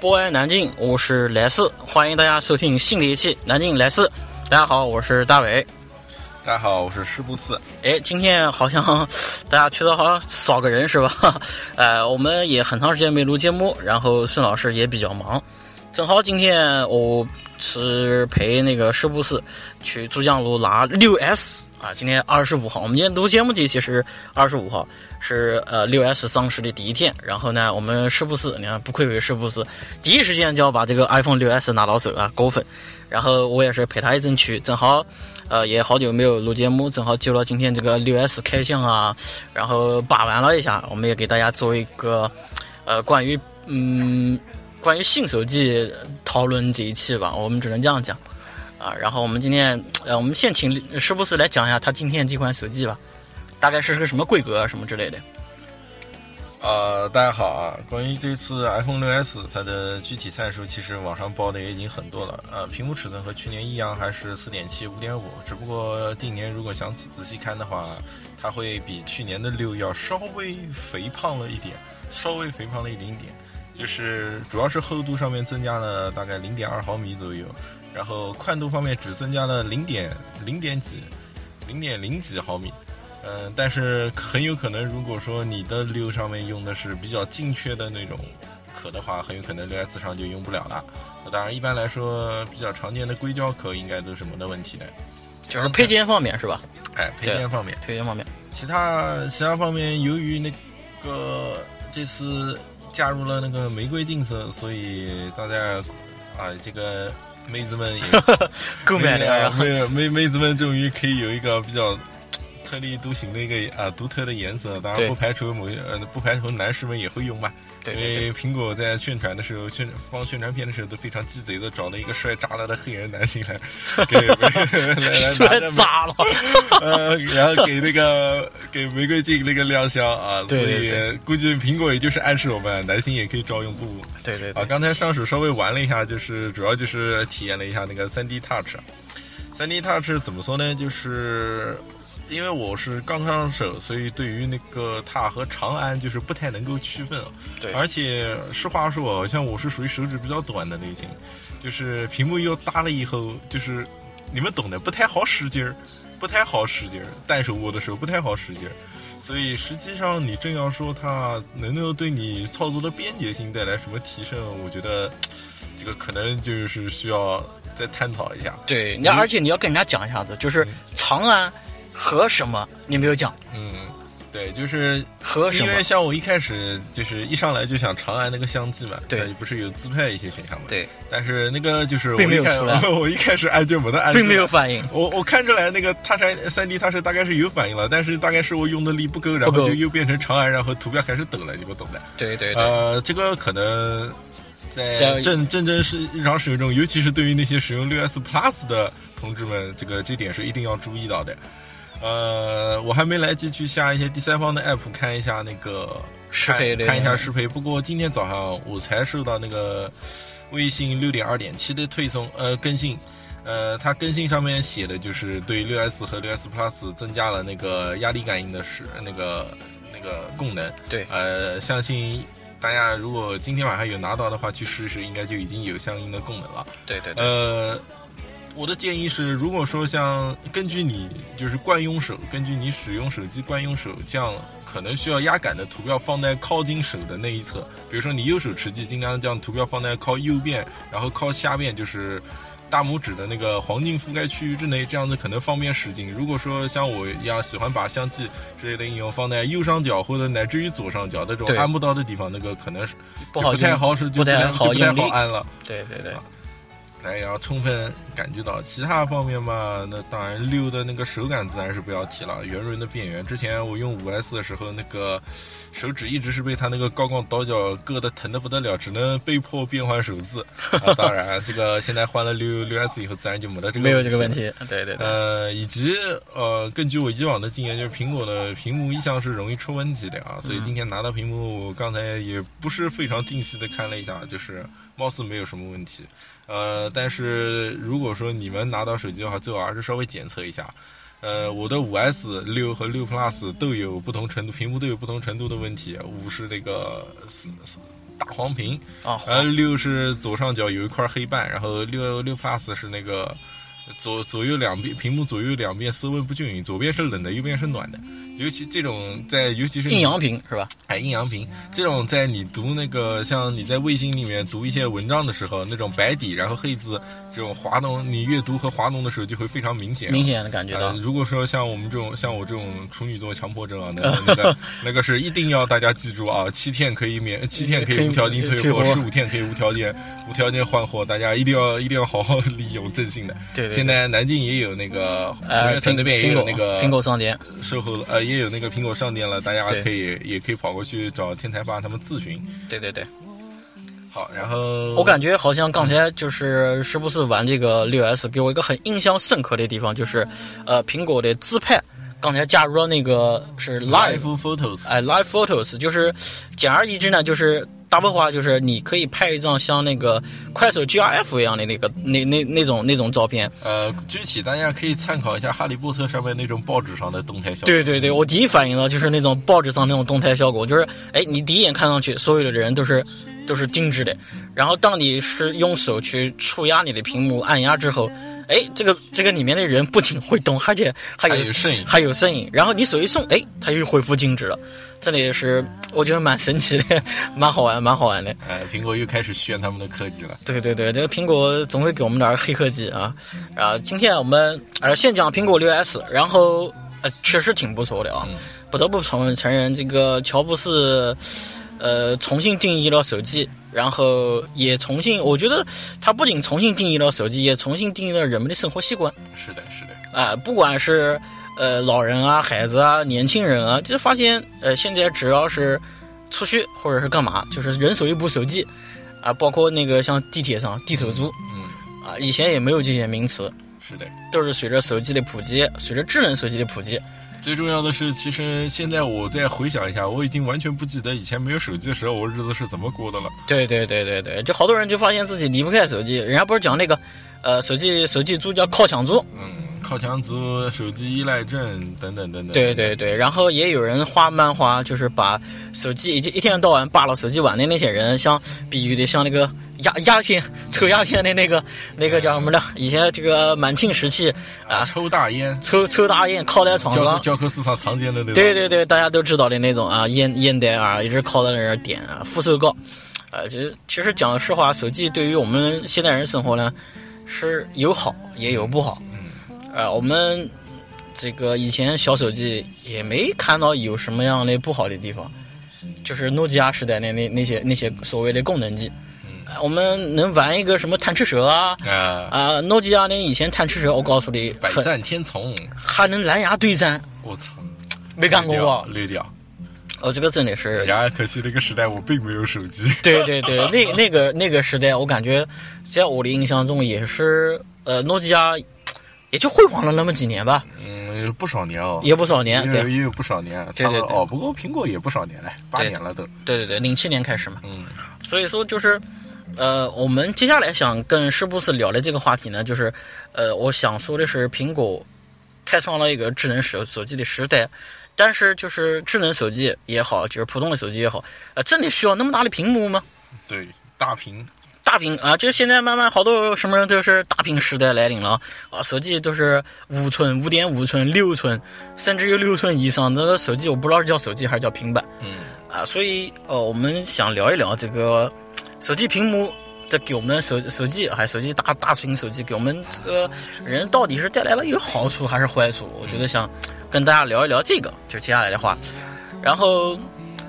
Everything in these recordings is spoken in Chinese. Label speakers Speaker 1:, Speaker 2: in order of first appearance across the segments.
Speaker 1: 博爱南京，我是莱斯，欢迎大家收听新的一期《南京莱斯》。大家好，我是大伟。
Speaker 2: 大家好，我是师不四。
Speaker 1: 哎，今天好像大家觉得好像少个人是吧？ 呃，我们也很长时间没录节目，然后孙老师也比较忙，正好今天我是陪那个师不四去珠江路拿六 S 啊。今天二十五号，我们今天录节目这期是二十五号，是呃六 S 上市的第一天。然后呢，我们师不四，你看不愧为师不四，第一时间就要把这个 iPhone 六 S 拿到手啊，狗粉。然后我也是陪他一阵去，正好，呃，也好久没有录节目，正好就了今天这个六 S 开箱啊，然后把玩了一下，我们也给大家做一个，呃，关于嗯，关于新手机讨论这一期吧，我们只能这样讲，啊，然后我们今天，呃，我们先请是不是来讲一下他今天这款手机吧，大概是个什么规格啊什么之类的，
Speaker 2: 呃，大家好啊！关于这次 iPhone 6s，它的具体参数其实网上报的也已经很多了。呃，屏幕尺寸和去年一样，还是4.7、5.5，只不过今年如果想仔仔细看的话，它会比去年的六要稍微肥胖了一点，稍微肥胖了一丁点。就是主要是厚度上面增加了大概0.2毫米左右，然后宽度方面只增加了0点0点几、0.0几毫米。嗯，但是很有可能，如果说你的六上面用的是比较精确的那种壳的话，很有可能六 S 上就用不了了。那当然，一般来说，比较常见的硅胶壳应该都是没得问题的。
Speaker 1: 就是配件方面是吧？
Speaker 2: 哎，配件方面，
Speaker 1: 配件方面，
Speaker 2: 其他其他方面，由于那个这次加入了那个玫瑰定色，所以大家啊，这个妹子们也
Speaker 1: 购买了
Speaker 2: 啊
Speaker 1: 呀，
Speaker 2: 妹妹妹子们终于可以有一个比较特立独行的一个啊独特的颜色，当然
Speaker 1: 对
Speaker 2: 不排除某些呃不排除男士们也会用吧。
Speaker 1: 对
Speaker 2: 因
Speaker 1: 对对。
Speaker 2: 为苹果在宣传的时候，宣放宣传片的时候都非常鸡贼的找了一个帅炸了的黑人男性来给来 来拿
Speaker 1: 帅
Speaker 2: 着
Speaker 1: 炸 了！
Speaker 2: 呃，然后给那个给玫瑰镜那个亮相啊，
Speaker 1: 对对
Speaker 2: 所以估计苹果也就是暗示我们男性也可以照用不误。
Speaker 1: 对对
Speaker 2: 啊，
Speaker 1: 对，
Speaker 2: 刚才上手稍微玩了一下，就是主要就是体验了一下那个 3D Touch。3D Touch 怎么说呢？就是因为我是刚上手，所以对于那个塔和长安就是不太能够区分啊。
Speaker 1: 对
Speaker 2: 而且实话说，好像我是属于手指比较短的类型，就是屏幕又大了以后，就是你们懂的，不太好使劲儿，不太好使劲儿，单手握的时候不太好使劲儿。所以实际上，你正要说它能够对你操作的便捷性带来什么提升，我觉得这个可能就是需要再探讨一下。
Speaker 1: 对，你要而且你要跟人家讲一下子，就是长安和什么你没有讲
Speaker 2: 嗯，对，就是
Speaker 1: 和什
Speaker 2: 因
Speaker 1: 么
Speaker 2: 为，像我一开始就是一上来就想长安那个相机嘛，
Speaker 1: 对
Speaker 2: 它不是有自拍一些选项嘛，
Speaker 1: 对，
Speaker 2: 但是那个就是我
Speaker 1: 并没
Speaker 2: 一
Speaker 1: 有
Speaker 2: 开
Speaker 1: 出来
Speaker 2: 我一开始按就没得按，
Speaker 1: 并没有。反应。
Speaker 2: 我我看出来那个它是三 D，它是大概是有反应了，但是大概是我用的力不够，然
Speaker 1: 不
Speaker 2: 后
Speaker 1: 够
Speaker 2: 就又变成长安，然后图标开始抖了，你们懂的。
Speaker 1: 对对对，
Speaker 2: 呃，这个可能
Speaker 1: 在
Speaker 2: 在正正正是日常使用中，尤其是对于那些使用六 S Plus 的同志们，这个这点是一定要注意到的。呃，我还没来及去下一些第三方的 app 看一下那个
Speaker 1: 适配
Speaker 2: 看
Speaker 1: 的
Speaker 2: 看一下适配。不过今天早上我才收到那个微信六点二点七的推送，呃，更新。呃，它更新上面写的就是对六 S 和六 S Plus 增加了那个压力感应的是那个那个功能。
Speaker 1: 对
Speaker 2: 呃，相信大家如果今天晚上有拿到的话，去试一试，应该就已经有相应的功能了。
Speaker 1: 对对对，
Speaker 2: 呃，我的建议是，如果说像根据你就是惯用手，根据你使用手机惯用手，这样可能需要压杆的图标放在靠近手的那一侧。比如说你右手持机，尽量将图标放在靠右边，然后靠下边就是。大拇指的那个黄金覆盖区域之内，这样子可能方便使劲。如果说像我一样喜欢把相机之类的应用放在右上角或者乃至于左上角那种
Speaker 1: 对
Speaker 2: 按不到的地方，那个可能是
Speaker 1: 不好
Speaker 2: 就不太
Speaker 1: 用，
Speaker 2: 好使，就
Speaker 1: 不太
Speaker 2: 就
Speaker 1: 好
Speaker 2: 不太
Speaker 1: 用力
Speaker 2: 好按了。
Speaker 1: 对对对，
Speaker 2: 哎，然后充分感觉到其他方面嘛，那当然六的那个手感自然是不要提了，圆润的边缘。之前我用五 S 的时候，那个手指一直是被它那个高杠倒角硌得疼得不得了，只能被迫变换手字。啊、当然，这个现在换了六六 S 以后，自然就没得这个
Speaker 1: 没有这个
Speaker 2: 了
Speaker 1: 问。题。对对对，
Speaker 2: 呃，以及呃，根据我以往的经验，就是苹果的屏幕一向是容易出问题的啊，所以今天拿到屏幕，我刚才也不是非常定期的看了一下，就是貌似没有什么问题。呃，但是如果说你们拿到手机的话，最好还是稍微检测一下。呃，我的五 S 六和六 Plus 都有不同程度，屏幕都有不同程度的问题。五是那个四四大黄屏，
Speaker 1: 啊，
Speaker 2: 然后呃六是左上角有一块黑板，然后六六 plus 是那个左左右两边屏幕左右两边色温不均匀，左边是冷的，右边是暖的。尤其这种在尤其是
Speaker 1: 阴阳屏是吧？
Speaker 2: 哎阴阳屏这种，在你读那个像你在卫星里面读一些文章的时候，那种白底然后黑字这种滑动，你阅读和滑动的时候就会非常明显。
Speaker 1: 明显的感觉到
Speaker 2: 呃，，如果说像我们这种像我这种处女座强迫症啊，那个那 个那个是一定要大家记住啊，七天可以免，七天可
Speaker 1: 可
Speaker 2: 以
Speaker 1: 以
Speaker 2: 无条件退
Speaker 1: 退
Speaker 2: 货，
Speaker 1: 货
Speaker 2: 十五天可以无条件无条件换货，大家一定要 一定要好好利用正性的。
Speaker 1: 对对对
Speaker 2: 现在南京也有那个红
Speaker 1: 呃，
Speaker 2: 月城
Speaker 1: 苹
Speaker 2: 那边也
Speaker 1: 苹
Speaker 2: 有
Speaker 1: 果
Speaker 2: 那个
Speaker 1: 苹果商店，
Speaker 2: 售后呃也有那个苹果商店了，大家
Speaker 1: 对
Speaker 2: 可以也可以跑过去找天才爸他们咨询。
Speaker 1: 对对对，
Speaker 2: 好，然后
Speaker 1: 我感觉好像刚才就是是不是玩这个六 S 给我一个很印象深刻的地方，就是呃苹果的自拍，刚才加入了那个是 Live
Speaker 2: Live Photos
Speaker 1: 哎 Live Photos，就是简而言之呢，就是大白话就是你可以拍一张像那个快手 GIF 一样的那个那那那种那种照片。
Speaker 2: 呃，具体大家可以参考一下《哈利波特》上面那种报纸上的动态效果。
Speaker 1: 对对对，我第一反应呢就是那种报纸上那种动态效果，就是哎，你第一眼看上去所有的人都是都是静止的，然后当你是用手去触压你的屏幕按压之后，哎，这个这个里面的人不仅会动，而且还有
Speaker 2: 还有摄影
Speaker 1: 还有摄影，然后你手一松，哎，它又恢复静止了。这里是我觉得蛮神奇的， 蛮好玩，蛮好玩的。
Speaker 2: 哎，苹果又开始炫他们的科技了。
Speaker 1: 对对对，这个苹果总会给我们点儿黑科技啊。然后今天我们呃先讲苹果六 S，然后呃确实挺不错的啊，
Speaker 2: 嗯
Speaker 1: 不得不承认承认这个乔布斯呃重新定义了手机，然后也重新我觉得他不仅重新定义了手机，也重新定义了人们的生活习惯
Speaker 2: 是的，是的，
Speaker 1: 啊、不管是呃老人啊、孩子啊、年轻人啊，就发现呃现在只要是出去或者是干嘛，就是人手一部手机。啊，包括那个像地铁上地头族，
Speaker 2: 嗯，
Speaker 1: 啊，以前也没有这些名词，
Speaker 2: 是的。
Speaker 1: 都是随着手机的普及，随着智能手机的普及，
Speaker 2: 最重要的是，其实现在我再回想一下，我已经完全不记得以前没有手机的时候，我日子是怎么过的了。
Speaker 1: 对对对对对，就好多人就发现自己离不开手机。人家不是讲那个，呃，手机手机租叫靠抢租，
Speaker 2: 嗯，靠墙族、手机依赖症等等等等。
Speaker 1: 对对对。然后也有人画漫画，就是把手机一一天到晚扒了手机玩的那些人，像比喻的像那个鸦鸦片抽鸦片的那个那个叫什么的，以前这个满清时期
Speaker 2: 啊，
Speaker 1: 啊，
Speaker 2: 抽大烟，
Speaker 1: 抽抽大烟靠在床
Speaker 2: 教
Speaker 1: 上。
Speaker 2: 教科书上常见的那种。
Speaker 1: 对对对，大家都知道的那种啊，烟烟袋啊，一直靠在那儿点啊，负手高，呃，其实其实讲实话，手机对于我们现代人生活呢，是有好也有不好。
Speaker 2: 嗯，
Speaker 1: 呃，我们这个以前小手机也没看到有什么样的不好的地方，就是诺基亚时代的那那些那些所谓的功能机，
Speaker 2: 嗯
Speaker 1: 呃我们能玩一个什么贪吃蛇啊。
Speaker 2: 啊、
Speaker 1: 啊，诺基亚呢？以前贪吃蛇，我告诉你，
Speaker 2: 百
Speaker 1: 很
Speaker 2: 战天虫，
Speaker 1: 还能蓝牙对战，
Speaker 2: 我操，
Speaker 1: 没干过
Speaker 2: 掉，
Speaker 1: 吧？
Speaker 2: 绿掉。
Speaker 1: 哦，这个真的是
Speaker 2: 然而可惜那个时代我并没有手机。
Speaker 1: 对对对，那那个那个时代，我感觉在我的印象中也是，呃，诺基亚也就辉煌了那么几年吧，
Speaker 2: 嗯，不少年哦。
Speaker 1: 也不少年。
Speaker 2: 也
Speaker 1: 对
Speaker 2: 有
Speaker 1: 对
Speaker 2: 也有不少年，
Speaker 1: 对
Speaker 2: 差不
Speaker 1: 对
Speaker 2: 多
Speaker 1: 对
Speaker 2: 哦。不过苹果也不少年了，八
Speaker 1: 对
Speaker 2: 年了都。
Speaker 1: 对对，零七年开始嘛，
Speaker 2: 嗯，
Speaker 1: 所以说就是。呃，我们接下来想跟施布斯聊的这个话题呢，就是，呃，我想说的是，苹果开创了一个智能手手机的时代，但是就是智能手机也好，就是普通的手机也好，呃，真的需要那么大的屏幕吗？
Speaker 2: 对，大屏
Speaker 1: 大屏啊，就是现在慢慢好多什么人都是大屏时代来临了啊，手机都是五寸、五点五寸、六寸，甚至有六寸以上那个手机，我不知道是叫手机还是叫平板
Speaker 2: 嗯，
Speaker 1: 啊，所以呃，我们想聊一聊这个手机屏幕。这给我们手手机还手机大大屏手机给我们这个人到底是带来了有好处还是坏处？我觉得想跟大家聊一聊这个，就接下来的话。然后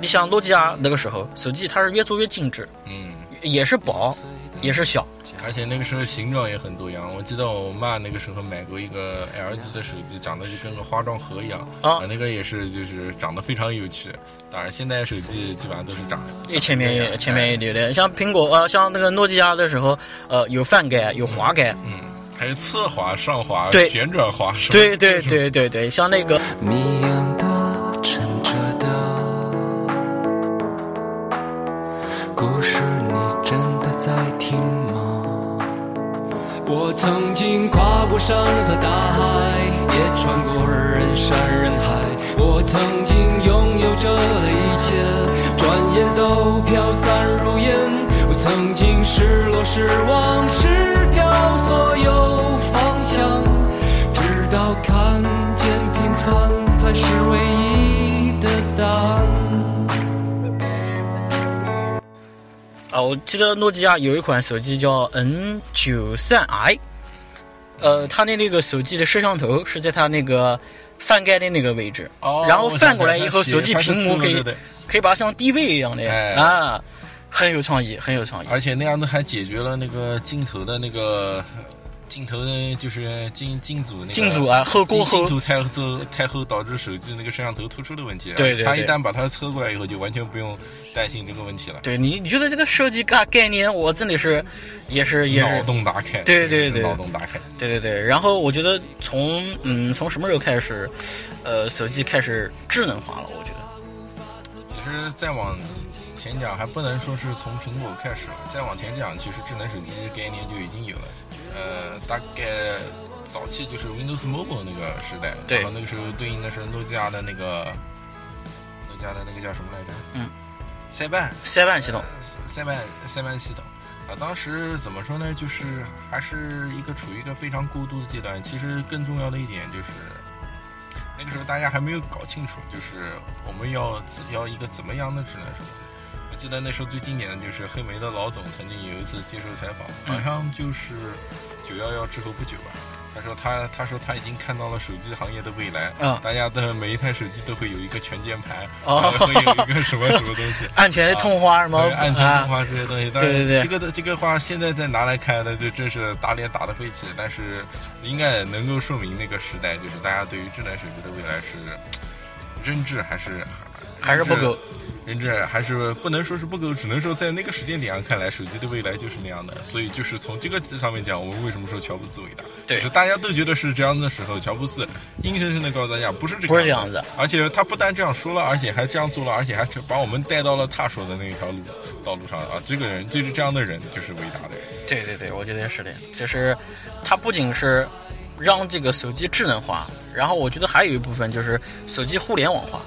Speaker 1: 你想诺基亚那个时候手机它是越做越精致，
Speaker 2: 嗯，
Speaker 1: 也是薄，也是小，
Speaker 2: 而且那个时候形状也很多样。我记得我妈那个时候买过一个 LG 的手机，长得就跟个化妆盒一样
Speaker 1: 啊
Speaker 2: 那个也是就是长得非常有趣。当然，现在手机基本上都是长得
Speaker 1: 前面也前面也有的，像苹果呃，像那个诺基亚的时候，呃，有翻盖，有滑盖，
Speaker 2: 嗯，还有侧滑、上滑、
Speaker 1: 对
Speaker 2: 旋转滑什么
Speaker 1: 对对
Speaker 2: 嗯
Speaker 1: 对对对，像那个
Speaker 3: 谜样的、沉着的故事，你真的在听吗？我曾经跨过山和大海，也穿过人山人海。我曾经拥有着的一切，转言都飘散如烟。我曾经失落、失望、失掉所有方向，直到看见平凡才是唯一的答案。
Speaker 1: 啊，我记得诺基亚有一款手机叫 N 九三 i，呃，它的那个手机的摄像头是在它那个翻盖的那个位置，
Speaker 2: 哦
Speaker 1: 然后翻过来以后，
Speaker 2: 我想
Speaker 1: 手
Speaker 2: 起
Speaker 1: 机
Speaker 2: 来它是
Speaker 1: 屏幕可
Speaker 2: 自
Speaker 1: 以
Speaker 2: 动的
Speaker 1: 可以把它像 DV 一样的、
Speaker 2: 哎啊
Speaker 1: 啊，很有创意，很有创意。
Speaker 2: 而且那样子还解决了那个镜头的那个镜头的，就是镜镜组那个
Speaker 1: 镜组啊，后
Speaker 2: 镜
Speaker 1: 过后
Speaker 2: 镜，头太后太后导致手机那个摄像头突出的问题。
Speaker 1: 对对对
Speaker 2: 他一旦把它侧过来以后，就完全不用担心这个问题了。
Speaker 1: 对你，你觉得这个设计概概念，我真的是，也是也
Speaker 2: 脑
Speaker 1: 是，
Speaker 2: 洞大开，
Speaker 1: 对对对
Speaker 2: 脑洞大开。
Speaker 1: 对对对。然后我觉得从嗯从什么时候开始，呃，手机开始智能化了？我觉得
Speaker 2: 其实再往前讲，还不能说是从苹果开始，再往前讲，其实智能手机概念就已经有了。呃，大概早期就是 Windows Mobile 那个时代，
Speaker 1: 对
Speaker 2: 然后那个时候对应的是诺基亚的那个诺基亚的那个叫什么来着？
Speaker 1: 嗯，
Speaker 2: 塞班
Speaker 1: 塞班系统，
Speaker 2: 塞班塞班系统。啊，当时怎么说呢？就是还是一个处于一个非常过渡的阶段。其实更重要的一点就是，那个时候大家还没有搞清楚，就是我们要自要一个怎么样的智能手机。我记得那时候最经典的就是黑莓的老总曾经有一次接受采访，
Speaker 1: 嗯
Speaker 2: 好像就是九幺幺之后不久吧。他说他他说他已经看到了手机行业的未来，
Speaker 1: 嗯
Speaker 2: 大家的每一台手机都会有一个全键盘，
Speaker 1: 哦
Speaker 2: 然后会有一个什么什么东西，
Speaker 1: 安全的通话什么
Speaker 2: 对，安全
Speaker 1: 啊
Speaker 2: 通话这些东西，当
Speaker 1: 对对对
Speaker 2: 然这个的这个话现在再拿来看呢，就真是打脸打的飞起。但是应该也能够说明那个时代，就是大家对于智能手机的未来是认知还是
Speaker 1: 还是不够，
Speaker 2: 认知还是不能说是不够，只能说在那个时间点上看来，手机的未来就是那样的。所以就是从这个上面讲，我们为什么说乔布斯伟大？
Speaker 1: 对
Speaker 2: 就是大家都觉得是这样的时候，乔布斯硬生生的告诉大家不是这个，
Speaker 1: 不是这样子。
Speaker 2: 而且他不但这样说了，而且还这样做了，而且还是把我们带到了他说的那条路道路上了啊！这个人就是这样的人，就是伟大的人。
Speaker 1: 对对对，我觉得是的，就是它不仅是让这个手机智能化，然后我觉得还有一部分就是手机互联网化。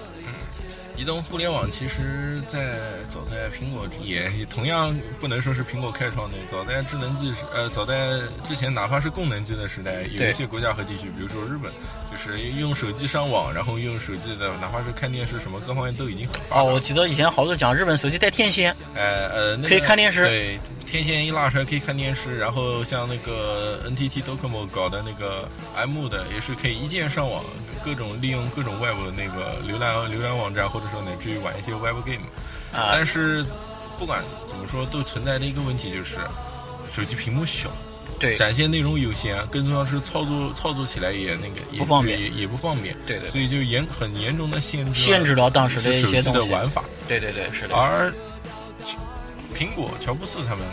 Speaker 2: 移动互联网其实在早在苹果之也也同样不能说是苹果开创的，早在智能机时呃早在之前哪怕是功能机的时代，有
Speaker 1: 对
Speaker 2: 一些国家和地区，比如说日本，就是用手机上网，然后用手机的哪怕是看电视什么各方面都已经很发达
Speaker 1: 哦，
Speaker 2: 了。
Speaker 1: 我记得以前好多讲日本手机带天线，
Speaker 2: 呃呃，那个
Speaker 1: 可以看电视
Speaker 2: 对，天线一拉出来可以看电视，然后像那个 NTT Docomo 搞的那个 M 的，也是可以一键上网，各种利用各种 Web 的那个浏览浏览网站，或者说乃至于玩一些 Web game。
Speaker 1: 啊
Speaker 2: 但是不管怎么说，都存在着一个问题，就是手机屏幕小，
Speaker 1: 对
Speaker 2: 展现内容有限，啊更重要是操作操作起来也那个也
Speaker 1: 不方便
Speaker 2: 也也不方便。
Speaker 1: 对对
Speaker 2: 所以就严很严重的限制了
Speaker 1: 限制了当时的一些
Speaker 2: 手机
Speaker 1: 东
Speaker 2: 的
Speaker 1: 西
Speaker 2: 玩法。
Speaker 1: 对对对，是的，
Speaker 2: 而苹果、乔布斯他们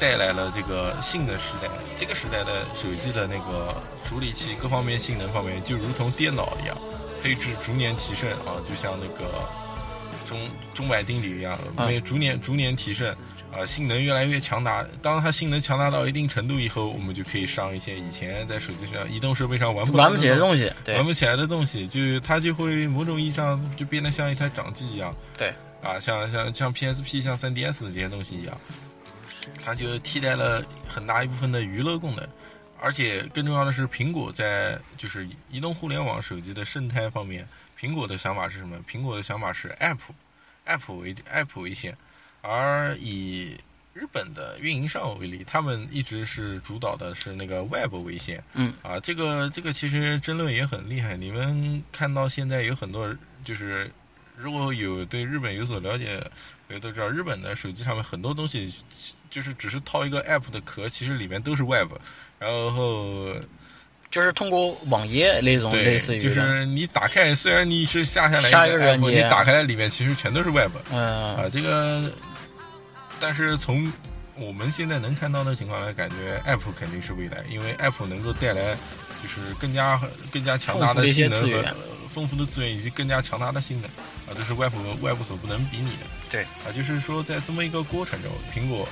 Speaker 2: 带来了这个新的时代，这个时代的手机的那个处理器各方面性能方面，就如同电脑一样，配置逐年提升啊，就像那个中中百定理一样，
Speaker 1: 嗯
Speaker 2: 每逐年逐年提升。啊，性能越来越强大。当它性能强大到一定程度以后，我们就可以上一些以前在手机上、移动设备上玩不
Speaker 1: 玩不起来
Speaker 2: 来
Speaker 1: 的东西，对
Speaker 2: 玩不起来的东西，就是它就会某种意义上就变得像一台掌机一样。
Speaker 1: 对。
Speaker 2: 啊，像像像 PSP、像 3DS 这些东西一样，它就替代了很大一部分的娱乐功能。而且更重要的是，苹果在就是移动互联网手机的生态方面，苹果的想法是什么？苹果的想法是 App，App 为 App 为先，而以日本的运营商为例，他们一直是主导的是那个 Web 为先。
Speaker 1: 嗯
Speaker 2: 啊，这个这个其实争论也很厉害。你们看到现在有很多就是如果有对日本有所了解，我都知道日本的手机上面很多东西就是只是套一个 app 的壳，其实里面都是 web。然后
Speaker 1: 就是通过网页那种
Speaker 2: 对
Speaker 1: 哦类，似于
Speaker 2: 就
Speaker 1: 的，
Speaker 2: 是你打开，虽然你是下下来
Speaker 1: 下一
Speaker 2: 一
Speaker 1: 个
Speaker 2: 个
Speaker 1: 软
Speaker 2: app，你
Speaker 1: 件
Speaker 2: 打开里面其实全都是 web。
Speaker 1: 嗯
Speaker 2: 啊，这个，但是从我们现在能看到的情况来，感觉 App 肯定是未来，因为 App 能够带来就是更加更加强大
Speaker 1: 丰富的一些
Speaker 2: 性能
Speaker 1: 资
Speaker 2: 和
Speaker 1: 源
Speaker 2: 呃丰富的资源以及更加强大的性能啊，这是 Web 和 Web 所不能比拟的。
Speaker 1: 对
Speaker 2: 啊，就是说在这么一个过程中，苹果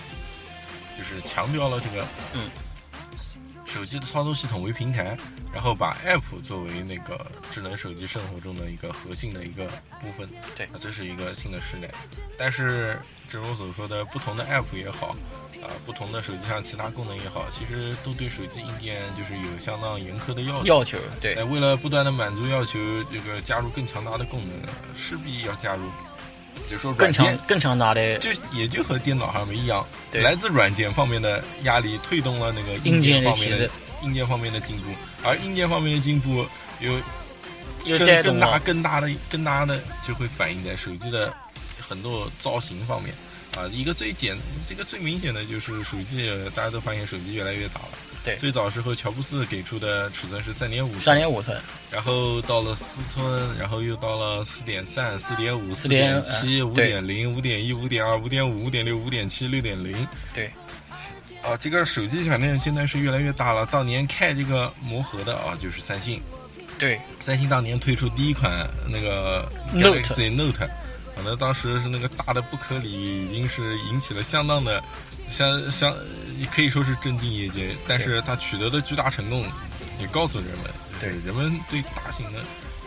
Speaker 2: 就是强调了这个
Speaker 1: 嗯
Speaker 2: 手机的操作系统为平台，然后把 App 作为那个智能手机生活中的一个核心的一个部分。
Speaker 1: 对
Speaker 2: 啊这是一个新的时代。但是，正如所说的，不同的 App 也好，啊、不同的手机上其他功能也好，其实都对手机硬件就是有相当严苛的要求。
Speaker 1: 要求对
Speaker 2: 哎，为了不断的满足要求，这个加入更强大的功能，势必要加入，就说
Speaker 1: 更
Speaker 2: 软
Speaker 1: 强
Speaker 2: 件，
Speaker 1: 更强大的
Speaker 2: 就也就和电脑上面一样，
Speaker 1: 对
Speaker 2: 来自软件方面的压力推动了那个
Speaker 1: 硬件
Speaker 2: 件
Speaker 1: 的
Speaker 2: 方
Speaker 1: 提
Speaker 2: 面的
Speaker 1: 升，
Speaker 2: 硬件方面的进步，而硬件方面的进步有
Speaker 1: 又
Speaker 2: 更
Speaker 1: 带动
Speaker 2: 更大
Speaker 1: 了
Speaker 2: 更大的更大的就会反映在手机的很多造型方面啊。一个最简，这个最明显的就是手机，呃大家都发现手机越来越大了。
Speaker 1: 对
Speaker 2: 最早时候乔布斯给出的尺寸是三点五，
Speaker 1: 三点五寸，
Speaker 2: 然后到了四寸，然后又到了四点三、四点五、四
Speaker 1: 4.5
Speaker 2: 七、五
Speaker 1: 对
Speaker 2: 点零、五点一、五点二、五点五、五点六、五点七、六点零。
Speaker 1: 对，
Speaker 2: 啊，这个手机反正现在是越来越大了。当年开这个魔盒的啊，就是三星。
Speaker 1: 对
Speaker 2: 三星当年推出第一款那个
Speaker 1: Note
Speaker 2: Galaxy Note，反正当时是那个大的不可理，已经是引起了相当的相相可以说是震惊业界。但是它取得的巨大成功，也告诉人们，
Speaker 1: 对
Speaker 2: 就是人们对大型的、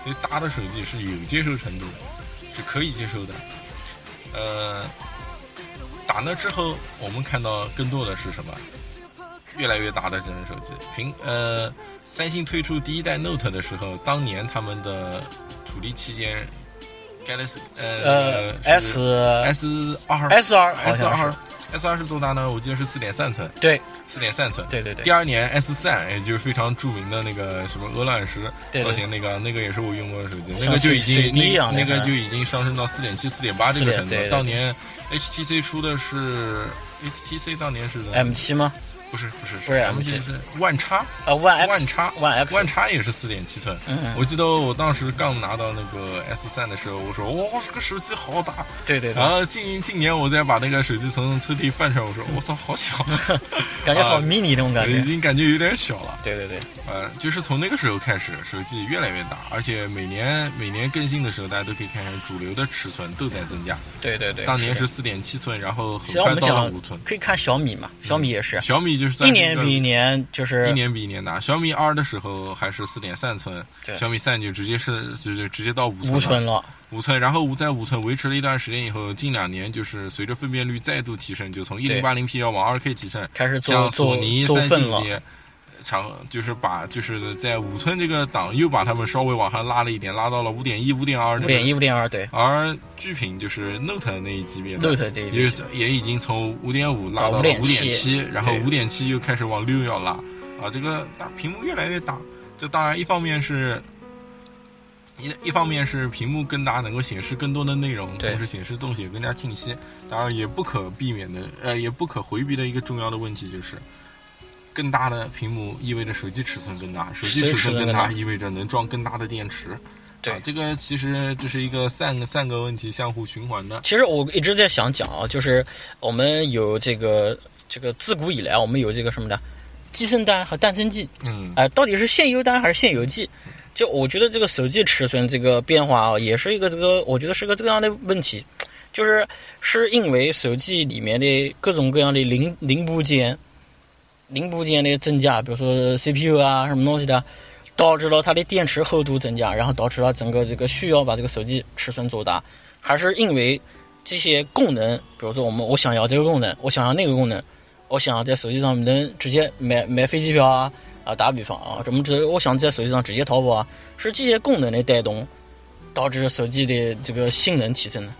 Speaker 2: 对大的手机是有接受程度的，是可以接受的。呃，打那之后，我们看到更多的是什么？越来越大的智能手机，苹呃，三星推出第一代 Note 的时候，当年他们的主力期间，Galaxy 呃
Speaker 1: 呃 S
Speaker 2: S 二
Speaker 1: S 二好
Speaker 2: S
Speaker 1: 像
Speaker 2: 二
Speaker 1: 是
Speaker 2: S 二是多大呢？我记得是四点三寸，
Speaker 1: 对
Speaker 2: 四点三寸。
Speaker 1: 对对对
Speaker 2: 第，二年 S 三，也就是非常著名的那个什么鹅卵石
Speaker 1: 对对
Speaker 2: 造型那个，那个也是我用过的手机，那
Speaker 1: 像
Speaker 2: 个就已
Speaker 1: 水水
Speaker 2: 经
Speaker 1: 滴一
Speaker 2: 那
Speaker 1: 样的
Speaker 2: 那个
Speaker 1: 嗯
Speaker 2: 就已经上升到四点七、四点八这个
Speaker 1: 4.4
Speaker 2: 程度
Speaker 1: 对
Speaker 2: 了。
Speaker 1: 对
Speaker 2: 当年 HTC 出的是 HTC 当年是什么
Speaker 1: M 七吗？
Speaker 2: 不是不是
Speaker 1: 不是
Speaker 2: MG 是万叉
Speaker 1: 啊，One X
Speaker 2: 万叉
Speaker 1: One X
Speaker 2: 万叉也是四点七寸。
Speaker 1: 嗯，
Speaker 2: 我记得我当时刚拿到那个 S 3的时候，我说哇、这个手机好大，
Speaker 1: 对对对
Speaker 2: 然，后近近年我再把那个手机从抽屉翻出来，我说我操，好小，
Speaker 1: 感觉好
Speaker 2: 啊
Speaker 1: mini 那种感
Speaker 2: 已
Speaker 1: 觉。
Speaker 2: 经感觉有点小了。
Speaker 1: 对对对，
Speaker 2: 呃，就是从那个时候开始，手机越来越大，而且每年每年更新的时候，大家都可以看见主流的尺寸都在增加。
Speaker 1: 对对对，
Speaker 2: 当年
Speaker 1: 的
Speaker 2: 是四点七寸，然后很
Speaker 1: 实际上我
Speaker 2: 快
Speaker 1: 们
Speaker 2: 到了
Speaker 1: 讲
Speaker 2: 五寸。
Speaker 1: 可以看小米嘛，小米也是
Speaker 2: 小米就是算
Speaker 1: 一
Speaker 2: 是
Speaker 1: 年
Speaker 2: 个
Speaker 1: 比一年就是
Speaker 2: 一年比一年大。小米二的时候还是四点三寸
Speaker 1: 对，
Speaker 2: 小米三就直接是就是直接到五寸了
Speaker 1: 无存了，
Speaker 2: 五寸，然后五在五寸维持了一段时间以后，近两年就是随着分辨率再度提升，就从一
Speaker 1: 对
Speaker 2: 零八零 P 要往二 K 提升，
Speaker 1: 开始做
Speaker 2: 像
Speaker 1: 做
Speaker 2: 索尼、
Speaker 1: 做
Speaker 2: 三
Speaker 1: 份
Speaker 2: 星
Speaker 1: 了
Speaker 2: 这。些厂，就是把就是在五寸这个档又把它们稍微往上拉了一点，拉到了五点一、五点二。
Speaker 1: 五点一、。五点二，对
Speaker 2: 而巨屏就是 Note 那一级别的
Speaker 1: ，Note 这一
Speaker 2: 也
Speaker 1: 边
Speaker 2: 是也已经从五点五拉
Speaker 1: 啊
Speaker 2: 到了五点
Speaker 1: 5.7
Speaker 2: 七，然后
Speaker 1: 对
Speaker 2: 五点七又开始往六要拉，啊，这个大屏幕越来越大，这当然一方面是。一一方面是屏幕更大，能够显示更多的内容，
Speaker 1: 对
Speaker 2: 同时显示动写更加清晰。当然，也不可避免的，呃，也不可回避的一个重要的问题就是，更大的屏幕意味着手机尺寸更大，手机
Speaker 1: 手机
Speaker 2: 尺
Speaker 1: 尺
Speaker 2: 寸
Speaker 1: 寸
Speaker 2: 更
Speaker 1: 更
Speaker 2: 大
Speaker 1: 大
Speaker 2: 意味着能装更大的电池。
Speaker 1: 对
Speaker 2: 啊，这个其实这是一个三个三个问题相互循环的。
Speaker 1: 其实我一直在想讲啊，就是我们有这个这个自古以来，我们有这个什么的鸡生蛋和蛋生鸡，
Speaker 2: 嗯，
Speaker 1: 哎、到底是现油单还是现油计？就我觉得这个手机尺寸这个变化啊，也是一个这个，我觉得是个这样的问题，就是是因为手机里面的各种各样的零零部件、零部件的增加，比如说 CPU 啊什么东西的，导致了它的电池厚度增加，然后导致了整个这个需要把这个手机尺寸做大，还是因为这些功能，比如说我们我想要这个功能，我想要那个功能，我想要在手机上能直接买买飞机票啊啊，打比方啊，什么直我想在手机上直接淘宝啊，是这些功能的带动，导致手机的这个性能提升的。